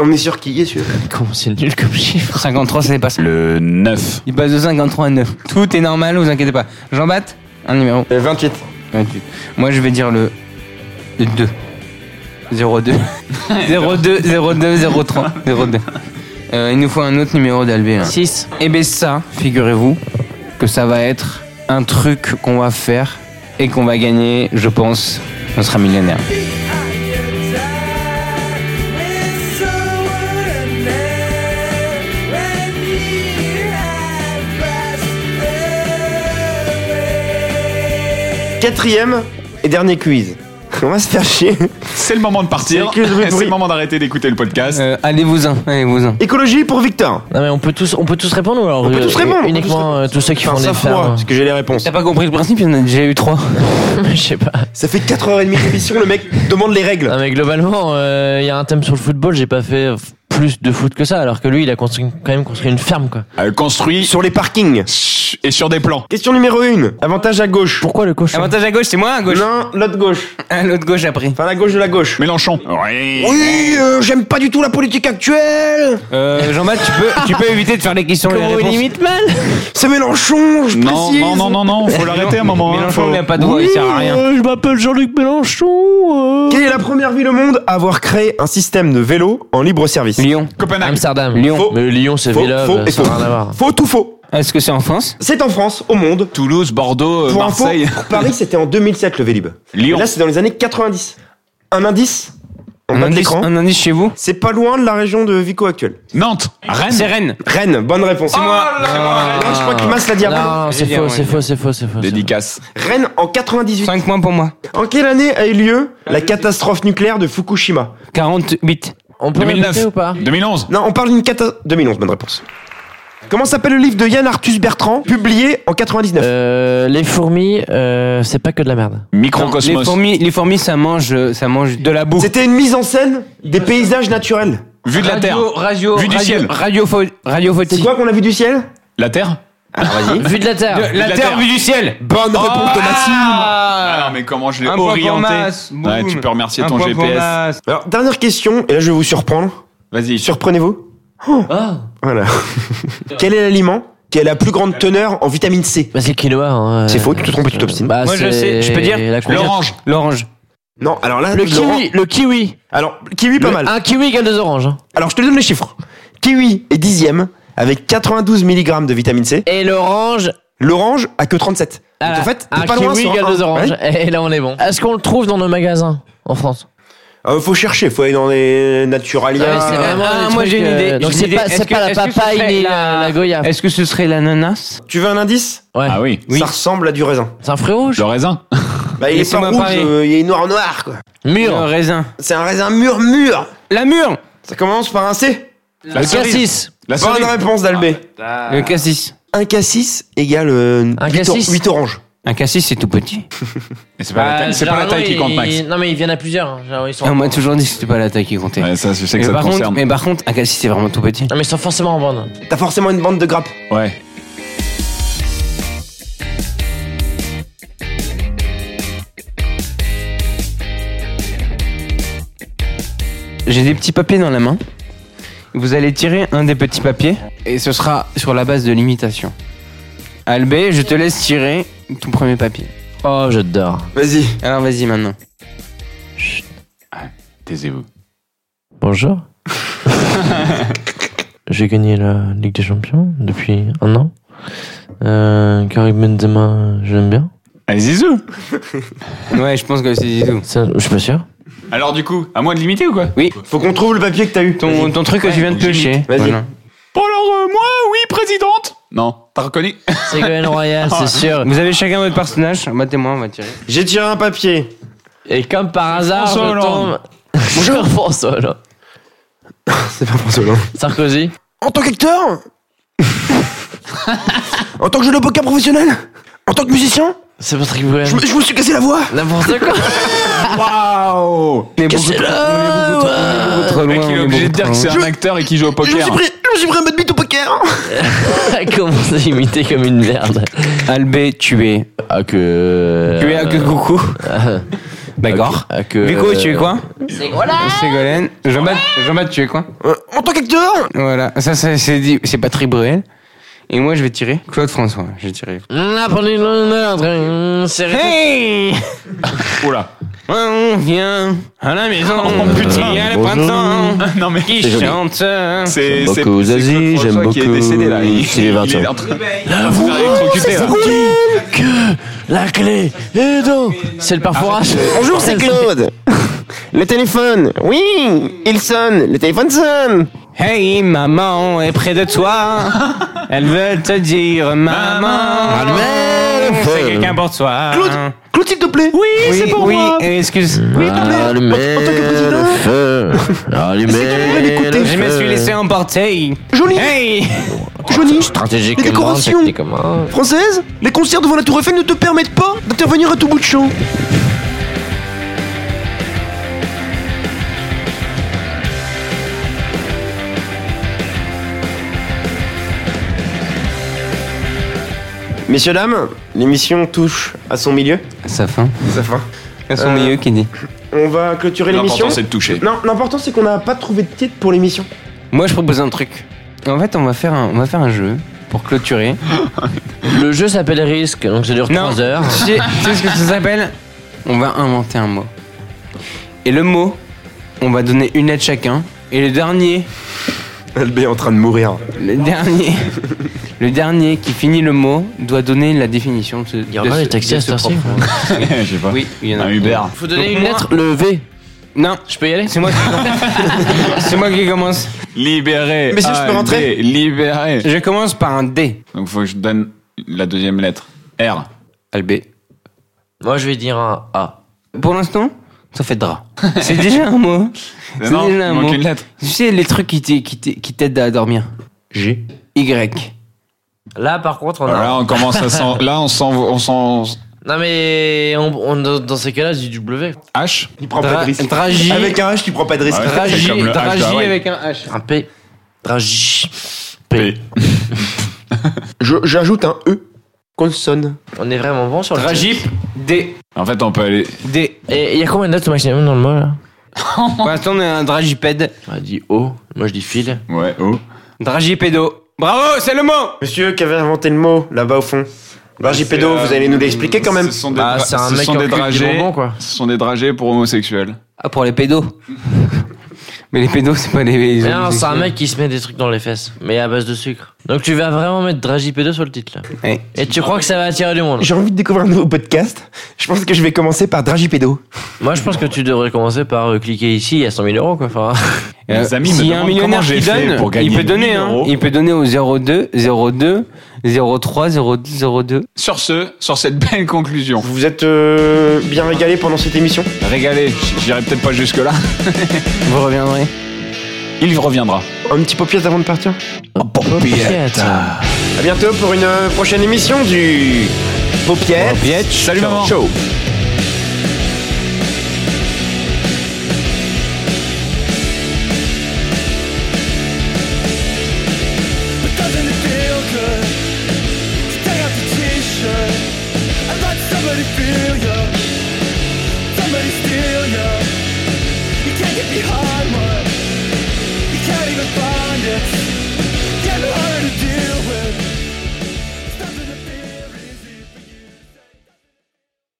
S2: On est sûr qui est sûr.
S3: Comment c'est nul comme chiffre
S4: 53, ça dépasse.
S1: Le 9.
S4: Il passe de 53 à 9. Tout est normal, vous inquiétez pas. jean bapt un numéro.
S2: 28.
S4: 28. Moi, je vais dire le. le 2. 02. 02, 02, 03. 02. Euh, il nous faut un autre numéro d'Albé. là.
S3: 6.
S4: Et ben ça, figurez-vous que ça va être un truc qu'on va faire et qu'on va gagner, je pense. On sera millionnaire.
S2: Quatrième et dernier quiz. On va se faire chier.
S1: C'est le moment de partir.
S2: C'est que je vais
S1: C'est
S2: bruit.
S1: le moment d'arrêter d'écouter le podcast.
S4: Euh, allez-vous-en, allez-vous-en.
S2: Écologie pour Victor.
S3: Non mais on peut tous, on peut tous répondre ou alors
S2: peut
S3: euh,
S2: tous répondre, on peut
S3: uniquement euh, tous ceux qui font
S2: Enfin,
S3: des
S2: ça froid,
S3: fermes.
S2: parce que j'ai les réponses.
S4: T'as pas compris le principe, il y en a déjà eu trois.
S3: hein. Je sais pas.
S2: Ça fait 4h30 d'émission, le mec demande les règles.
S10: Euh.
S3: Non mais globalement, il y a un thème sur le football. J'ai pas fait euh, plus de foot que ça, alors que lui, il a construit quand même construit une ferme quoi.
S1: Euh, construit
S2: Sur les parkings.
S1: et sur des plans.
S2: Question numéro 1. Avantage à gauche.
S3: Pourquoi le cochon
S4: Avantage à gauche, c'est moi à gauche.
S2: Non, l'autre gauche.
S4: Ah, L'autre gauche après.
S2: Enfin, la gauche de la gauche.
S1: Mélenchon. Oui.
S10: Oui, euh, j'aime pas du tout la politique actuelle.
S4: Euh, Jean-Baptiste, tu peux, tu peux éviter de faire les questions et les
S3: Comment il
S4: réponses.
S3: imite mal
S10: C'est Mélenchon, je
S1: Non,
S10: précise.
S1: non, non, non, non, faut l'arrêter un moment. hein,
S4: Ah, Mélenchon,
S1: faut-
S4: il a pas de droit, il sert à rien.
S3: Je m'appelle Jean-Luc Mélenchon.
S2: Quelle est la première ville au monde à avoir créé un système de vélo en libre service
S4: Lyon.
S1: Copenhague.
S3: Amsterdam.
S4: Lyon.
S2: Faux.
S3: Mais Lyon, c'est
S2: Faux,
S3: Villa,
S2: faux
S3: bah,
S2: et
S3: ça
S2: faux.
S3: n'a rien à voir.
S2: Faux ou faux
S4: Est-ce que c'est en France
S2: C'est en France, au monde.
S1: Toulouse, Bordeaux, euh,
S2: Pour info,
S1: Marseille,
S2: pour Paris, c'était en 2007 le Vélib. Et
S1: Lyon.
S2: là, c'est dans les années 90. Un indice en bas de
S4: indice,
S2: l'écran.
S4: un indice chez vous
S2: C'est pas loin de la région de Vico actuelle.
S1: Nantes. Rennes.
S4: C'est Rennes.
S2: Rennes, bonne réponse. C'est moi. Non, je crois qu'il masse la diable.
S3: Non, c'est
S4: J'ai
S3: faux,
S4: dit,
S3: c'est
S4: ouais.
S3: faux, c'est faux, c'est faux. c'est faux.
S1: Dédicace.
S2: Rennes en 98.
S4: 5 points pour moi.
S2: En quelle année a eu lieu la catastrophe nucléaire de Fukushima
S4: 48.
S3: On peut
S1: 2009.
S3: répéter ou pas
S1: 2011.
S2: Non, on parle d'une catastrophe. 2011, bonne réponse. Comment s'appelle le livre de Yann Arthus Bertrand, publié en 99
S3: Euh, les fourmis, euh, c'est pas que de la merde.
S4: Les
S1: Microcosmos.
S4: fourmis, les fourmis, ça mange, ça mange de la boue.
S2: C'était une mise en scène des paysages naturels.
S1: Vue de la Terre.
S4: radio, radio,
S1: Vue du
S4: radio-
S1: ciel.
S4: radio, fo- radio
S2: C'est
S4: photique.
S2: quoi qu'on a vu du ciel
S1: La Terre
S3: Vue de la Terre.
S4: De- la,
S1: la
S4: terre
S1: Terre.
S4: vue du ciel.
S2: Ah,
S3: Ah.
S2: Bonne réponse de Maxime
S1: Ah
S4: Ah,
S1: non, mais comment je l'ai
S4: Un point pour
S1: orienté
S4: Mas,
S1: Ouais,
S4: boum.
S1: Tu peux remercier
S4: Un
S1: ton
S4: point pour
S1: GPS.
S4: Mas.
S2: Alors, dernière question, et là je vais vous surprendre.
S1: Vas-y.
S2: Surprenez-vous
S3: Ah.
S2: Voilà. Quel est l'aliment qui a la plus grande teneur en vitamine C
S3: Bah, c'est le quinoa. hein,
S2: C'est
S3: euh,
S2: faux, tu te trompes et tu t'obstines.
S3: Bah,
S4: Moi, je
S3: c'est
S4: sais, je peux dire
S3: la courgette.
S1: L'orange.
S4: L'orange.
S2: Non, alors là,
S3: Le
S2: Laurent-
S3: kiwi, le kiwi.
S2: Alors, kiwi, pas mal.
S3: Un kiwi égale deux oranges. hein.
S2: Alors, je te donne les chiffres. Kiwi est dixième, avec 92 mg de vitamine C.
S3: Et l'orange.
S2: L'orange a que 37.
S3: ah,
S2: Donc, en fait,
S3: un
S2: t'es pas loin
S3: kiwi
S2: sur
S3: égale
S2: un.
S3: deux oranges.
S2: Ouais.
S3: Et là, on est bon. Est-ce qu'on le trouve dans nos magasins en France
S2: Euh, faut chercher, faut aller dans les Naturalia.
S3: Ouais, c'est vraiment
S4: ah,
S3: des
S4: moi,
S3: trucs,
S4: j'ai une
S3: euh,
S4: idée.
S3: Donc
S4: J'ai
S3: c'est
S4: une
S3: pas, c'est
S4: idée. Est-ce
S3: pas
S4: que-
S3: la
S4: est-ce que ce
S3: papaye
S4: serait
S3: ni
S4: la-
S3: la, la goya. Ouais.
S4: Est-ce que ce serait l'ananas
S2: Tu veux un indice
S1: Ah oui.
S2: Ça ressemble à du raisin.
S3: C'est un fruit rouge.
S1: Le raisin.
S2: Bah, il est pas
S4: Laissez-moi
S2: rouge,
S4: parler.
S2: euh, il est noir noir quoi.
S4: Le
S3: Mûr.
S4: raisin.
S2: C'est un raisin mûr mûr.
S4: La mûre.
S2: Ça commence par un C.
S1: La
S3: Le
S1: cerise.
S3: cassis. Ah,
S1: La
S2: Bonne
S1: cerise.
S2: réponse d'Albé.
S4: Le cassis.
S2: Ah. Un cassis égale euh,
S3: Un
S2: 8,
S3: cassis
S2: oranges.
S4: Un cassis, c'est tout petit.
S1: Mais c'est pas, la
S10: Ah,
S3: Bah,
S1: taille- c'est pas la taille qui compte,
S3: généralement,
S1: Max.
S3: ils- Non, mais ils viennent à plusieurs. hein. Genre, ils sont-
S4: On m'a Ah, toujours dit que c'était pas la taille qui comptait.
S1: Ouais, ça, je sais que
S4: mais,
S1: ça te
S4: par contre,
S1: concerne.
S4: mais par contre, un cassis, c'est vraiment tout petit.
S3: Non, mais ils sont forcément en bande.
S2: T'as forcément une bande de grappes.
S1: Ouais.
S4: J'ai des petits papiers dans la main. Vous allez tirer un des petits papiers et ce sera sur la base de l'imitation. Albé, je te laisse tirer ton premier papier.
S3: Oh, j'adore.
S2: Vas-y.
S4: Alors vas-y maintenant.
S1: Taisez-vous.
S3: Bonjour. J'ai gagné la Ligue des Champions depuis un an. Euh, Karim Benzema, je l'aime bien.
S1: Allez, zizou.
S4: Ouais, je pense que c'est Zizou.
S3: Ça, je suis pas sûr.
S1: Alors, du coup, à moi de limiter ou quoi
S2: Faut qu'on trouve le papier que t'as eu.
S4: Ton,
S2: Vas-y.
S4: ton truc que tu viens de
S1: donc
S4: piocher.
S2: Vas-y.
S4: Voilà.
S1: Bon alors, euh, moi, oui, présidente Non, t'as reconnu
S3: Ségolène Royal, c'est sûr.
S4: Vous avez chacun votre personnage, moi témoin, on va tirer.
S2: J'ai tiré un papier.
S3: Et comme par hasard,
S1: François
S3: je tombe.
S1: Hollande.
S3: Bonjour François Hollande.
S2: C'est pas François Hollande.
S3: Sarkozy.
S10: En tant qu'acteur En tant que jeu d'avocat professionnel En tant que musicien
S3: C'est Patrick Bruel.
S10: je me, je me suis cassé la voix
S3: N'importe quoi.
S1: Waouh
S4: Mais bon,
S10: Cassé la voix
S4: trop
S1: Le mec,
S4: loin,
S1: il est
S4: on est
S1: obligé de
S4: beaucoup
S1: dire
S4: trop
S1: que c'est un
S4: loin.
S1: acteur et qu'il joue au
S10: je me,
S1: poker.
S10: suis pris, je me suis pris un bad beat au poker
S3: Comment c'est imité comme une merde
S4: Albé tué.
S3: Ah que.
S4: Tué à que coucou. D'accord.
S3: Ah que.
S4: Vico, tu es quoi Ségolène. Jean-Baptiste, Jean tu es quoi
S10: Euh, En tant qu'acteur
S4: Voilà, ça, ça, c'est dit, c'est Patrick Bruel. Et moi, je vais tirer Claude François. Je vais tirer.
S3: La police de c'est
S4: Hey
S1: Oula.
S4: On vient à la maison.
S1: Oh, putain.
S4: Il y a le
S3: Bonjour.
S4: printemps
S1: Non mais
S4: qui
S3: joli.
S4: chante. C'est
S1: c'est c'est-
S3: J'aime beaucoup
S1: c'est Claude
S3: Zazie,
S1: François
S3: j'aime
S1: qui est
S3: beaucoup
S1: décédé là. Il,
S3: Sylvie
S1: il
S3: Vincent.
S1: est en train de se faire
S3: Ah,
S1: électrocuter là.
S3: que la clé est dans. C'est le parfourage.
S2: Bonjour, c'est Claude. Le téléphone. Oui, il sonne. Le téléphone sonne.
S4: Hey, maman est près de toi. Elle veut te dire maman.
S10: Maman.
S4: C'est quelqu'un pour toi.
S10: Claude, Claude, s'il te plaît
S4: Ah. Oui, c'est pour oui, Oui, excuse.
S10: En- en tant que président
S3: Ah, feu.
S10: Allumez
S3: Allumez
S10: le
S4: Je me suis laissé emporter.
S10: Johnny,
S4: Hey
S10: Johnny,
S3: Stratégique
S10: Les décorations.
S3: comment
S10: française, les concerts devant la Tour Eiffel ne te permettent pas d'intervenir à tout bout de champ.
S2: Messieurs, dames, l'émission touche à son milieu.
S4: Sa fin.
S2: Sa fin.
S4: À son
S2: Euh,
S4: milieu qui dit.
S2: On va clôturer l'émission.
S1: L'important c'est de toucher.
S2: Non, l'important c'est qu'on n'a pas trouvé de titre pour l'émission.
S4: Moi, je propose un truc. En fait, on va faire un, on va faire un jeu pour clôturer.
S3: Le jeu s'appelle Risque, donc ça dure
S4: Non.
S3: 3 heures.
S4: tu, sais, tu sais ce que ça s'appelle On va inventer un mot. Et le mot, on va donner une lettre chacun. Et le dernier,
S2: Albé est en train de mourir.
S4: le dernier, le dernier qui finit le mot doit donner la définition de ce.
S3: Il y en a des taxis à cette heure-ci.
S1: Je sais pas.
S4: Oui, il y en a.
S1: Un Uber.
S3: Faut donner une lettre, le V.
S4: Non,
S3: Je peux y aller
S4: c'est moi qui commence. c'est moi qui commence.
S1: Libéré.
S2: Messieurs, je
S4: Ah,
S2: peux
S1: ALD,
S2: rentrer
S1: Libéré.
S4: Je commence par un D.
S1: Donc faut que je donne la deuxième lettre. R.
S4: Albé.
S3: Moi je vais dire un A.
S4: Pour l'instant, ça fait drap. C'est déjà un mot. C'est
S1: Non, il
S4: déjà un
S1: manque
S4: mot.
S1: une lettre.
S4: Tu sais, les trucs qui t- qui t- qui t'aident à dormir.
S2: G.
S4: Y.
S3: Là par contre on a.
S1: Là on commence à s'en... Là on s'en... On s'en...
S3: Non mais on, on- dans- dans ces cas-là j'ai du W.
S1: H.
S2: Il prend pas
S4: Dra-
S2: de risque.
S4: Draghi.
S2: Avec un H, tu prends pas de risque.
S1: Ouais.
S4: Draghi,
S1: C'est comme le
S4: Draghi
S1: H d'Hawaï.
S4: avec un H.
S3: Un P. Draghi.
S1: P.
S2: Je- J'ajoute un E. Consonne.
S3: On est vraiment bon sur le
S4: Dragip, D.
S1: En fait on peut aller...
S4: D.
S3: Et il y a combien de notes au maximum dans le mot là
S4: Pour l'instant, on est un dragipède.
S3: On dit O, moi je dis fil.
S1: Ouais, oh. O.
S4: Dragipédo. Bravo, c'est le mot
S2: Monsieur qui avait inventé le mot là-bas au fond. Bargipédo,
S1: C'est, euh,
S2: vous allez nous l'expliquer quand même.
S1: Ce sont des,
S3: Bah,
S1: dra-
S3: c'est un
S1: ce
S3: mec
S1: sont
S3: en
S1: des
S3: cul qui
S1: dragées.
S3: bonbon, quoi.
S1: Ce sont des dragées pour homosexuels.
S4: Ah, pour les pédos. Mais les pédos, c'est pas les. les
S3: Non, c'est un
S4: homosexuels.
S3: mec qui se met des trucs dans les fesses, mais à base de sucre. Donc tu vas vraiment mettre Dragipédo sur le titre là.
S4: Ouais.
S3: Et tu crois que ça va attirer du monde
S2: J'ai envie de découvrir un nouveau podcast. Je pense que je vais commencer par Dragipédo.
S3: Moi je pense que tu devrais commencer par euh, cliquer ici, il y a 100 000 euros quoi. Enfin,
S1: Mes amis me
S4: Euh, S'il y a un
S1: demandent
S4: millionnaire
S1: comment j'ai
S4: qui
S1: fait
S4: donne,
S1: pour gagner
S4: il peut donner.
S1: 1000
S4: Hein.
S1: euros.
S4: Il peut donner au 02, 02, 03, 02, 02.
S1: Sur ce, sur cette belle conclusion,
S2: Vous êtes euh, bien régalé pendant cette émission
S1: régalé, j'irai peut-être pas jusque-là.
S4: Vous reviendrez.
S1: Il reviendra.
S2: Un petit papier avant de partir. À bientôt pour une euh, prochaine émission du Paupiette.
S1: Salut maman.
S2: Show.
S7: Somebody steal ya. You can't get me high.